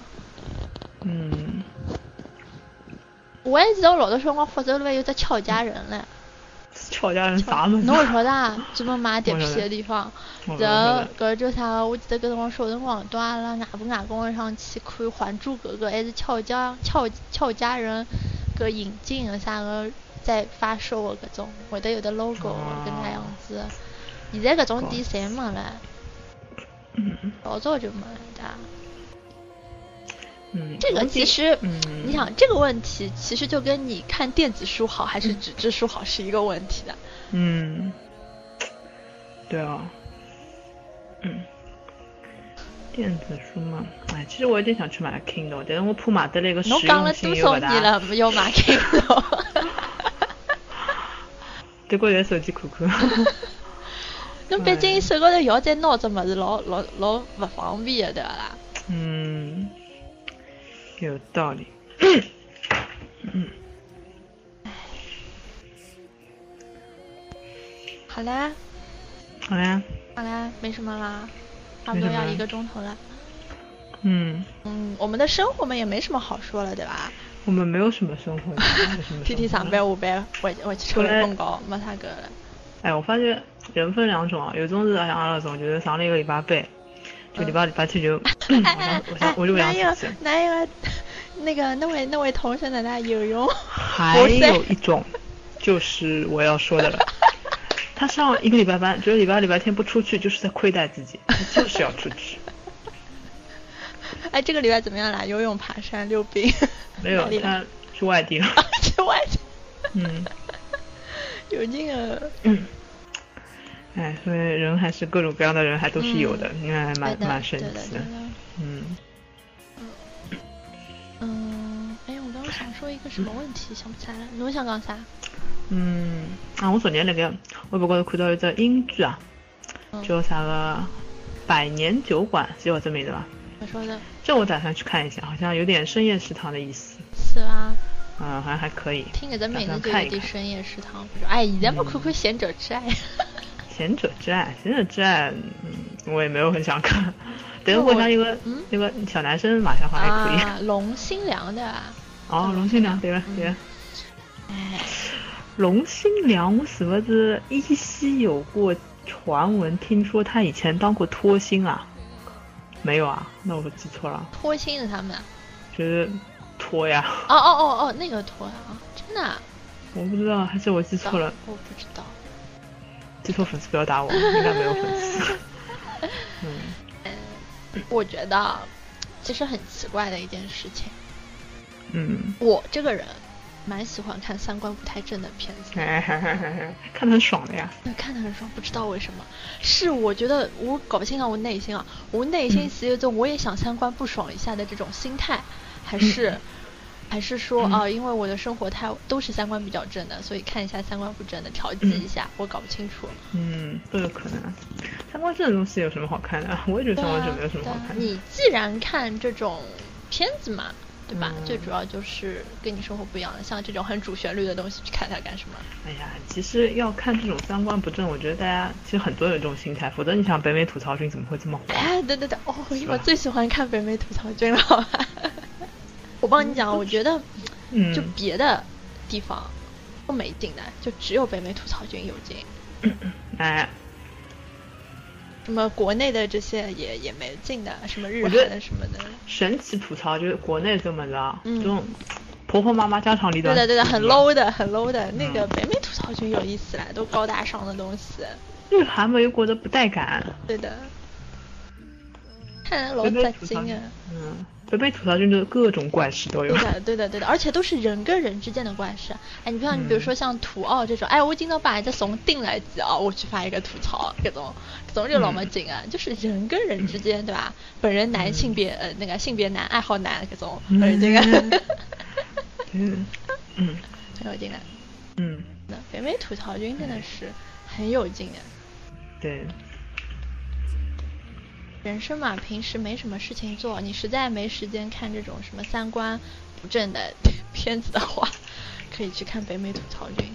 Speaker 2: 嗯，
Speaker 1: 我还记得我老早小辰光福州那边有只俏佳人嘞，
Speaker 2: 俏佳人啥物事？
Speaker 1: 侬勿晓得啊？专门卖碟
Speaker 2: 我晓
Speaker 1: 片
Speaker 2: 得
Speaker 1: 的地方。
Speaker 2: 我不晓
Speaker 1: 然后
Speaker 2: 得
Speaker 1: 搿叫啥？我记得搿辰光小辰光，到阿拉外婆外公屋上去看《还珠格格》，还是俏佳俏俏佳人搿引进的啥个在发售的搿种，会得有的 logo
Speaker 2: 哦
Speaker 1: 搿能样子。现在搿种店侪没了，
Speaker 2: 嗯
Speaker 1: 老早就没了的。
Speaker 2: 嗯，
Speaker 1: 这个
Speaker 2: 我
Speaker 1: 其
Speaker 2: 记
Speaker 1: 实，
Speaker 2: 嗯
Speaker 1: 你想这个问题，其实就跟你看电子书好还是纸质书好是一个问题的。
Speaker 2: 嗯，对啊，嗯，电子书嘛，哎，其实我有点想去买 Kindle，但是我怕买得来个实
Speaker 1: 侬讲
Speaker 2: 用
Speaker 1: 了
Speaker 2: 性
Speaker 1: 多
Speaker 2: 又
Speaker 1: 少
Speaker 2: 勿
Speaker 1: 年
Speaker 2: 大，
Speaker 1: 了，没有买 Kindle？
Speaker 2: 结果在手机 看看。
Speaker 1: 侬毕竟手高头摇再拿只物事，老老老勿方便的，对伐啦？
Speaker 2: 嗯，有道理。
Speaker 1: 好啦，
Speaker 2: 好呀，
Speaker 1: 好啦，没什么啦，差不多
Speaker 2: 没什
Speaker 1: 要
Speaker 2: 么
Speaker 1: 一个钟头了。
Speaker 2: 嗯，
Speaker 1: 嗯，我们的生活们也没什么好说了，对吧？
Speaker 2: 我们没有什么生活，没有什 么
Speaker 1: 天天
Speaker 2: 生活
Speaker 1: 上班下班，回回去吃
Speaker 2: 后
Speaker 1: 碗
Speaker 2: 来
Speaker 1: 蛋糕，没啥个了。
Speaker 2: 哎，我发觉人分两种啊，有种是像阿拉这种，就是上了一个礼拜班，就礼拜礼拜天就，我
Speaker 1: 哎
Speaker 2: 想我想我就不
Speaker 1: 哪
Speaker 2: 想
Speaker 1: 有
Speaker 2: 出去。
Speaker 1: 哪有那个那位那位同学奶奶游泳？
Speaker 2: 还有一种，就是我要说的了，他上一个礼拜班，觉得礼拜礼拜天不出去就是在亏待自己，他就是要出去。
Speaker 1: 哎，这个礼拜怎么样啦？游泳、爬山、溜冰，
Speaker 2: 没有
Speaker 1: 哪里，来
Speaker 2: 他去外地了。
Speaker 1: 这外头
Speaker 2: 嗯
Speaker 1: 有那个
Speaker 2: 嗯，哎，所以人还是各种各样的人还都是有的，你看还蛮
Speaker 1: 对的
Speaker 2: 蛮神
Speaker 1: 对的
Speaker 2: 奇
Speaker 1: 对
Speaker 2: 的
Speaker 1: 的。
Speaker 2: 嗯，
Speaker 1: 嗯，哎，我刚刚想说一个什么问题，想不起来了。侬想讲啥？
Speaker 2: 嗯，啊，我昨天那个微博高头看到一只英剧啊，
Speaker 1: 嗯
Speaker 2: 叫啥个《百年酒馆》，是叫这名字吧？
Speaker 1: 我说的
Speaker 2: 这我打算去看一下，好像有点深夜食堂的意思，
Speaker 1: 是吧？
Speaker 2: 嗯，好像还可以。
Speaker 1: 啊听搿只名
Speaker 2: 打
Speaker 1: 字
Speaker 2: 算
Speaker 1: 就
Speaker 2: 看
Speaker 1: 有
Speaker 2: 一
Speaker 1: 点
Speaker 2: 看嗯
Speaker 1: 深夜食堂。哎，现在嘛看看《贤者之爱》
Speaker 2: 贤者之爱，贤者之爱，嗯，我也没有很 想看。等于我想一个
Speaker 1: 嗯
Speaker 2: 那个小男生马上好像还可以。
Speaker 1: 啊，龙心凉的啊。
Speaker 2: 哦，龙心凉对吧？对吧。
Speaker 1: 嗯哎，
Speaker 2: 龙心凉，我是不是依稀有过传闻？听说他以前当过托星啊？没有啊？那我记错了，
Speaker 1: 脱星的他们啊。
Speaker 2: 就是托呀，
Speaker 1: 哦哦哦哦，那个脱啊，真的啊？
Speaker 2: 我不知道，还是我记 错了？
Speaker 1: 我不知道。
Speaker 2: 记错粉丝不要打我，应该没有 粉丝。嗯
Speaker 1: 我觉得啊其实很奇怪的一件事情，
Speaker 2: 嗯，
Speaker 1: 我这个人蛮喜欢看三观不太正的片子的。
Speaker 2: 哎看得很爽的呀。
Speaker 1: 那看得很爽，不知道为什么，是我觉得我搞不清啊，我内心啊，我内心
Speaker 2: 嗯
Speaker 1: 其实中我也想三观不爽一下的这种心态，还是、还是说
Speaker 2: 嗯
Speaker 1: 啊、因为我的生活太都是三观比较正的，所以看一下三观不正的调剂一下，我搞不清楚。
Speaker 2: 嗯，都有可能啊。三观正的东西有什么好看的 啊？我也觉得
Speaker 1: 对
Speaker 2: 三观
Speaker 1: 啊
Speaker 2: 正没有什么
Speaker 1: 对
Speaker 2: 好
Speaker 1: 啊
Speaker 2: 看的。
Speaker 1: 你既然看这种片子嘛，对吧？
Speaker 2: 嗯
Speaker 1: 最主要就是跟你生活不一样的，像这种很主旋律的东西去看它干什么？
Speaker 2: 哎呀，其实要看这种三观不正，我觉得大家其实很多人有这种心态，否则你想北美吐槽君怎么会这么火？
Speaker 1: 哎，等等等，哦，
Speaker 2: 是
Speaker 1: 我
Speaker 2: 吧
Speaker 1: 最喜欢看北美吐槽君了。 好吧我帮你讲，我觉得
Speaker 2: 嗯
Speaker 1: 就别的地方都没劲的，就只有北美吐槽君有劲。
Speaker 2: 哎，
Speaker 1: 什么国内的这些也也没劲的，什么日
Speaker 2: 我
Speaker 1: 韩
Speaker 2: 觉得
Speaker 1: 的什么的，
Speaker 2: 神奇吐槽就是国内这么的啊，
Speaker 1: 嗯
Speaker 2: 这种婆婆妈妈家长里
Speaker 1: 对
Speaker 2: 短，啊
Speaker 1: 的对的，很 low 的很 low 的。那
Speaker 2: 嗯
Speaker 1: 个北美吐槽君有意思啦，都高大上的东西。
Speaker 2: 日韩没有觉得不带感，
Speaker 1: 对的，看来老
Speaker 2: 北美
Speaker 1: 扎
Speaker 2: 吐
Speaker 1: 劲
Speaker 2: 槽君
Speaker 1: 啊。，
Speaker 2: 嗯，北美吐槽君的各种怪事都有
Speaker 1: 对，的，对的，对的，而且都是人跟人之间的怪事。哎，你不像你，比
Speaker 2: 嗯
Speaker 1: 如说像土澳这种，哎，我今朝把人家怂定来几啊，我去发一个吐槽，这种这种就老没劲
Speaker 2: 嗯
Speaker 1: 啊，就是人跟人之间，对吧？本人男性别呃那个性别男爱好男这种，
Speaker 2: 嗯
Speaker 1: 没劲啊，
Speaker 2: 嗯嗯
Speaker 1: 很有劲的。
Speaker 2: 嗯，
Speaker 1: 那北美吐槽君真的是很有劲的。啊
Speaker 2: 对，
Speaker 1: 人生嘛，平时没什么事情 做，你实在没时间看这种什么三观不正的片子的话，可以去看北美吐槽君，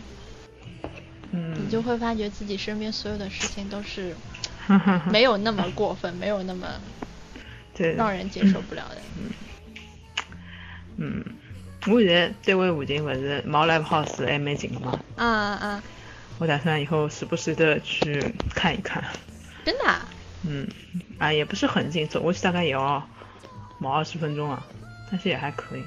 Speaker 2: 嗯，
Speaker 1: 你就会发觉自己身边所有的事情都是
Speaker 2: 嗯
Speaker 1: 没有那么过 分，没有那么
Speaker 2: 对，
Speaker 1: 让人接受不了的。
Speaker 2: 嗯，我现在单位附近勿是 Mall Live House 还蛮近的嘛，
Speaker 1: 啊啊，
Speaker 2: 我打算以后时不时的去看一看。
Speaker 1: 真的、啊？
Speaker 2: 嗯，啊，也不是很近，走过去大概也要毛二十分钟啊，但是也还可以。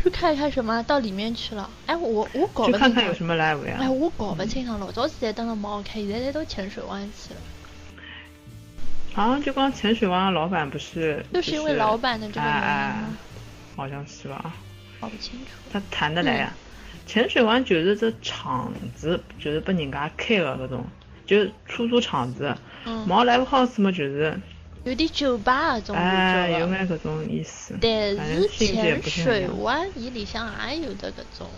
Speaker 1: 去看一看什么？到里面去了？哎，我我搞
Speaker 2: 去
Speaker 1: 不
Speaker 2: 看
Speaker 1: 清
Speaker 2: 看有什
Speaker 1: 楚。
Speaker 2: 么 live 呀、
Speaker 1: 哎， 我搞不清楚，老早子才登了猫开，现在都浅水湾去了，
Speaker 2: 好像就光潜水湾的老板不是，
Speaker 1: 就是是因为老板的这个原因啊吗？
Speaker 2: 啊好像是吧？
Speaker 1: 搞不清楚。
Speaker 2: 他谈得来呀、
Speaker 1: 嗯
Speaker 2: 潜水湾就是这场子就是被人家开的搿种，就是出租场子。
Speaker 1: 嗯，
Speaker 2: 毛 live house 嘛，就是
Speaker 1: 有点酒吧那啊种
Speaker 2: 哎，
Speaker 1: 感
Speaker 2: 有
Speaker 1: 觉。
Speaker 2: 眼搿种意思。
Speaker 1: 但
Speaker 2: 反
Speaker 1: 是
Speaker 2: 正性质
Speaker 1: 潜
Speaker 2: 也不是很
Speaker 1: 水
Speaker 2: 一样。
Speaker 1: 湾伊里向也有的搿种，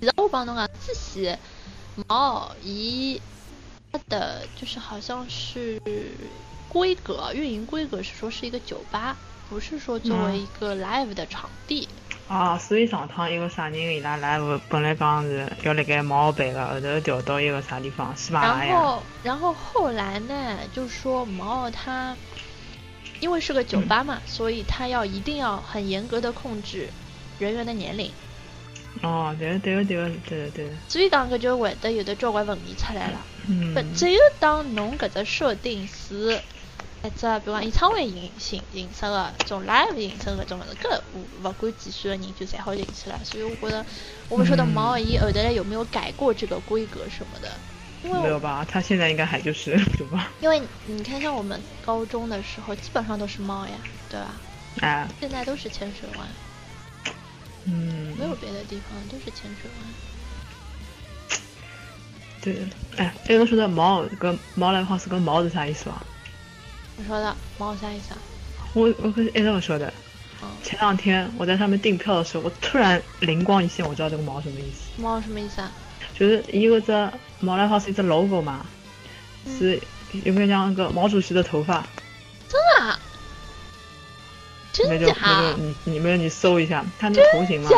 Speaker 1: 其实我帮侬讲，之前毛伊它的就是好像是规格运营规格是说是一个酒吧，不是说作为
Speaker 2: 嗯
Speaker 1: 一个 live 的场地。
Speaker 2: 啊，所以上趟一个啥人伊拉 live 本来讲是要辣盖毛办个，后头调到一个啥地方哎喜马拉
Speaker 1: 然
Speaker 2: 雅。
Speaker 1: 后，然后后来呢，就是说毛毛他，因为是个酒吧嘛，所以他要一定要很严格的控制人员的年龄，
Speaker 2: 哦，对个对个对个对个对个，
Speaker 1: 所以讲搿就会得有的交关问题出来了。
Speaker 2: 嗯
Speaker 1: 不，，只有当侬搿只设定是一只，比如讲演唱会形形形式的，种 live 形式的搿种物事，搿勿勿管几岁的人就侪好进去了。所以我觉得，我不晓得
Speaker 2: 嗯
Speaker 1: 毛伊后头来有没有改过这个规格什么的，因为
Speaker 2: 没
Speaker 1: 我
Speaker 2: 有吧？他现在应该还就是 对吧？
Speaker 1: 因为你看，像我们高中的时候，基本上都是猫呀，对吧？
Speaker 2: 哎，
Speaker 1: 现在都是潜水湾，
Speaker 2: 嗯
Speaker 1: 没，有别的地方，都是潜水湾。
Speaker 2: 对，哎，那个说的毛跟毛来 house 跟毛是啥意思吧？
Speaker 1: 你说的猫啥意思啊？
Speaker 2: 我我可是一直不晓得。
Speaker 1: 嗯，
Speaker 2: 前两天我在上面订票的时候，我突然灵光一现，我知道这个毛什么意思，
Speaker 1: 猫什么意思啊？
Speaker 2: 就是一个这毛来 house 一只 logo 嘛，
Speaker 1: 嗯
Speaker 2: 是有没有像那个毛主席的头发？
Speaker 1: 啊，
Speaker 2: 那
Speaker 1: 真
Speaker 2: 就
Speaker 1: 假？
Speaker 2: 那就你你没有你搜一下，看那个头型嘛，
Speaker 1: 假？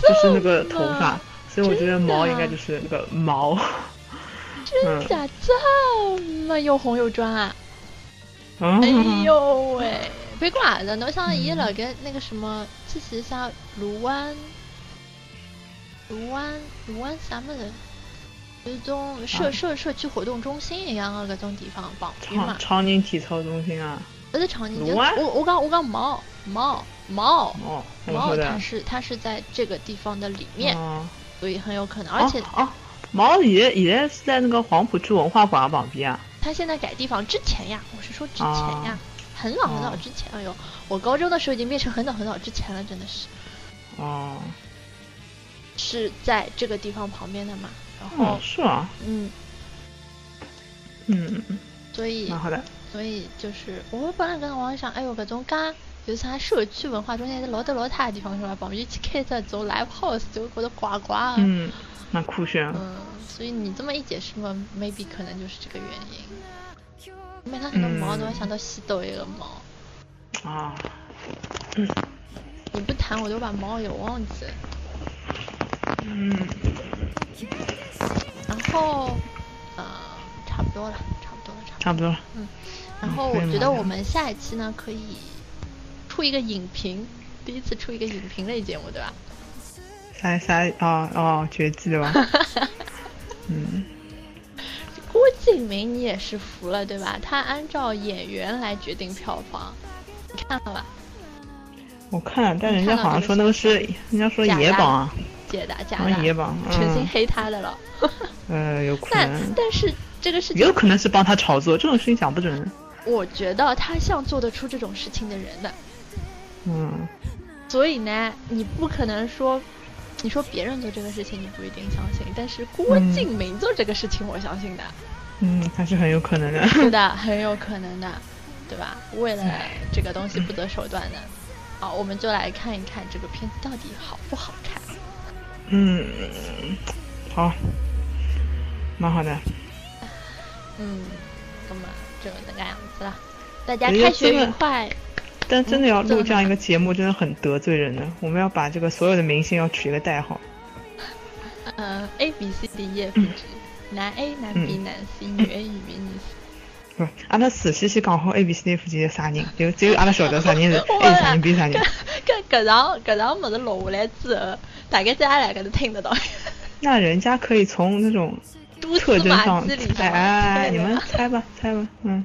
Speaker 2: 就是那个头发，所以我觉得
Speaker 1: 真的啊
Speaker 2: 毛应该就是那个毛。
Speaker 1: 真
Speaker 2: 嗯
Speaker 1: 假这么又红又专啊？哎
Speaker 2: 嗯，
Speaker 1: 呦喂！别怪了，侬像伊辣盖那个什么，之前啥卢湾，卢湾卢湾啥么子，就是种社
Speaker 2: 啊
Speaker 1: 社社区活动中心一样的搿种地方旁边嘛
Speaker 2: 长，长宁体操中心啊，
Speaker 1: 勿是长宁街。
Speaker 2: 卢湾
Speaker 1: 我我讲我讲毛毛毛
Speaker 2: 哦，我
Speaker 1: 毛，
Speaker 2: 说的
Speaker 1: 它。是它是在这个地方的里面，
Speaker 2: 哦，
Speaker 1: 所以很有可能，而且
Speaker 2: 哦哦，毛现在现在是在那个黄浦区文化广场旁边啊。
Speaker 1: 他现在改地方之前呀，我是说之前呀，
Speaker 2: 啊
Speaker 1: 很早很早之前。哎呦，我高中的时候已经变成很早很早之前了，真的是
Speaker 2: 哦，
Speaker 1: 是在这个地方旁边的嘛。然
Speaker 2: 哦
Speaker 1: 后，，
Speaker 2: 是啊，
Speaker 1: 嗯，
Speaker 2: 嗯，
Speaker 1: 所以
Speaker 2: 蛮好的。
Speaker 1: 所以就是我本来跟我想，哎呦，搿种噶有啥社区文化中间老得老太的地方是吧？旁边去开这种 live house 就觉得呱呱啊。
Speaker 2: 嗯，蛮酷炫啊。
Speaker 1: 嗯，所以你这么一解释嘛，maybe 可能就是这个原因。每他想到毛，
Speaker 2: 嗯
Speaker 1: 都会想到西斗一个毛。
Speaker 2: 啊，
Speaker 1: 你不谈，我都把毛给忘记了。
Speaker 2: 嗯，
Speaker 1: 然后，呃，差不多了，差不多了，差不多了。
Speaker 2: 差不多了。
Speaker 1: 然后
Speaker 2: 嗯
Speaker 1: 我
Speaker 2: 可以
Speaker 1: 觉
Speaker 2: 了
Speaker 1: 得我们下一期呢，可以出一个影评，第一次出一个影评类节目，对吧？
Speaker 2: 啥啥哦哦，绝技对 吧？嗯，
Speaker 1: 郭敬明你也是服了，对吧？他按照演员来决定票房，你看了吧？
Speaker 2: 我看了，但人家好像说那个是，人家说野榜啊，
Speaker 1: 解答假
Speaker 2: 好
Speaker 1: 的
Speaker 2: 像，野榜，
Speaker 1: 诚心
Speaker 2: 嗯，
Speaker 1: 黑他的了。
Speaker 2: 呃，有可
Speaker 1: 但
Speaker 2: 能，
Speaker 1: 但是这个事
Speaker 2: 也
Speaker 1: 情，
Speaker 2: 有可能是帮他炒作，这种事情讲不准。
Speaker 1: 我觉得他像做得出这种事情的人的。
Speaker 2: 嗯，
Speaker 1: 所以呢，你不可能说，你说别人做这个事情你不一定相信，但是郭
Speaker 2: 嗯
Speaker 1: 敬明做这个事情我相信的，
Speaker 2: 嗯，还是很有可能的。
Speaker 1: 是的，很有可能的，对吧？为了这个东西不择手段的，好，我们就来看一看这个片子到底好不好看。
Speaker 2: 嗯，好，蛮好的。
Speaker 1: 嗯，那么就那个样子了，大家
Speaker 2: 人家
Speaker 1: 开学
Speaker 2: 真的
Speaker 1: 愉快。嗯
Speaker 2: 但真的要
Speaker 1: 这
Speaker 2: 录
Speaker 1: 个
Speaker 2: 这样一个节目，真的很得罪人的。我们要把这个所有的明星要取一个代号，
Speaker 1: 呃 A B C D E F G，男 A 男 B 男 C 女 A 女 B 女 C。
Speaker 2: 不是，阿拉仔细去讲好 A B C D F G 是啥人，就只有阿拉晓得啥人是
Speaker 1: 我
Speaker 2: A 啥人 B 啥人。
Speaker 1: 搿搿场搿场物事录下来之后，大概在阿拉搿能听得到。
Speaker 2: 那人家可以从那种
Speaker 1: 蛛
Speaker 2: 特
Speaker 1: 丝
Speaker 2: 征
Speaker 1: 马
Speaker 2: 上
Speaker 1: 迹里
Speaker 2: 猜，
Speaker 1: 头，
Speaker 2: 哎，你们猜吧，猜吧，嗯，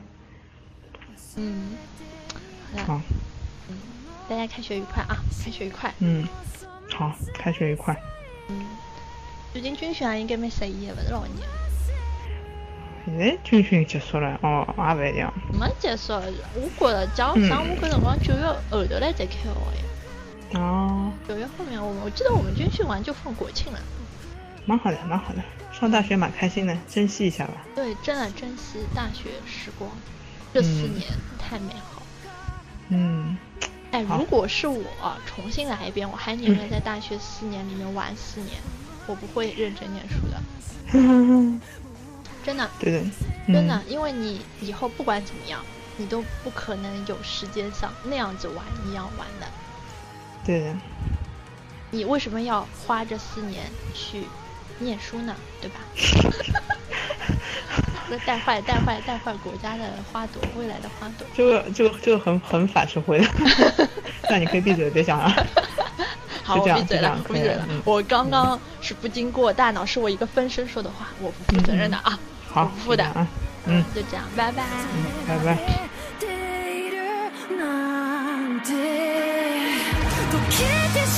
Speaker 1: 嗯，好
Speaker 2: 好
Speaker 1: 了，，大家开学愉快啊！开学愉快。
Speaker 2: 嗯，好，开学愉快。
Speaker 1: 最近军训也应该蛮适宜的，勿是老热。
Speaker 2: 现在哎军训结束了，哦，也勿一样，
Speaker 1: 没结束，我觉着讲讲，我搿辰光九月后头来才开学呀。
Speaker 2: 哦，
Speaker 1: 九月后面我们我记得我们军训完就放国庆了。
Speaker 2: 蛮好的，蛮好的，上大学蛮开心的，珍惜一下吧。
Speaker 1: 对，真的珍惜大学时光，这四
Speaker 2: 嗯
Speaker 1: 年太美好。
Speaker 2: 嗯，
Speaker 1: 哎，
Speaker 2: 好
Speaker 1: 如果是我重新来一遍，我还宁愿在大学四年里面玩四年，我不会认真念书的，真的，
Speaker 2: 对对，嗯
Speaker 1: 真的，，因为你以后不管怎么样，你都不可能有时间像那样子玩一样玩的。
Speaker 2: 对的，
Speaker 1: 你为什么要花这四年去念书呢？对吧？ 这带坏带坏带坏国家的花朵，未来的花朵。
Speaker 2: 这个这个这个很很反 社会的，那你可以闭嘴，别讲了。
Speaker 1: 好，
Speaker 2: 就
Speaker 1: 我
Speaker 2: 这样
Speaker 1: 闭嘴
Speaker 2: 就这
Speaker 1: 了
Speaker 2: 样，
Speaker 1: 我
Speaker 2: 可
Speaker 1: 闭
Speaker 2: 以
Speaker 1: 嘴
Speaker 2: 了
Speaker 1: 了
Speaker 2: 嗯。
Speaker 1: 我刚刚是不经过大脑，是我一个分身说的话，我不负责任的啊，
Speaker 2: 嗯好，
Speaker 1: 我不负的
Speaker 2: 就这样啊，嗯
Speaker 1: 就这样，拜拜。
Speaker 2: 嗯，拜拜。
Speaker 3: 「なんて」「ときてし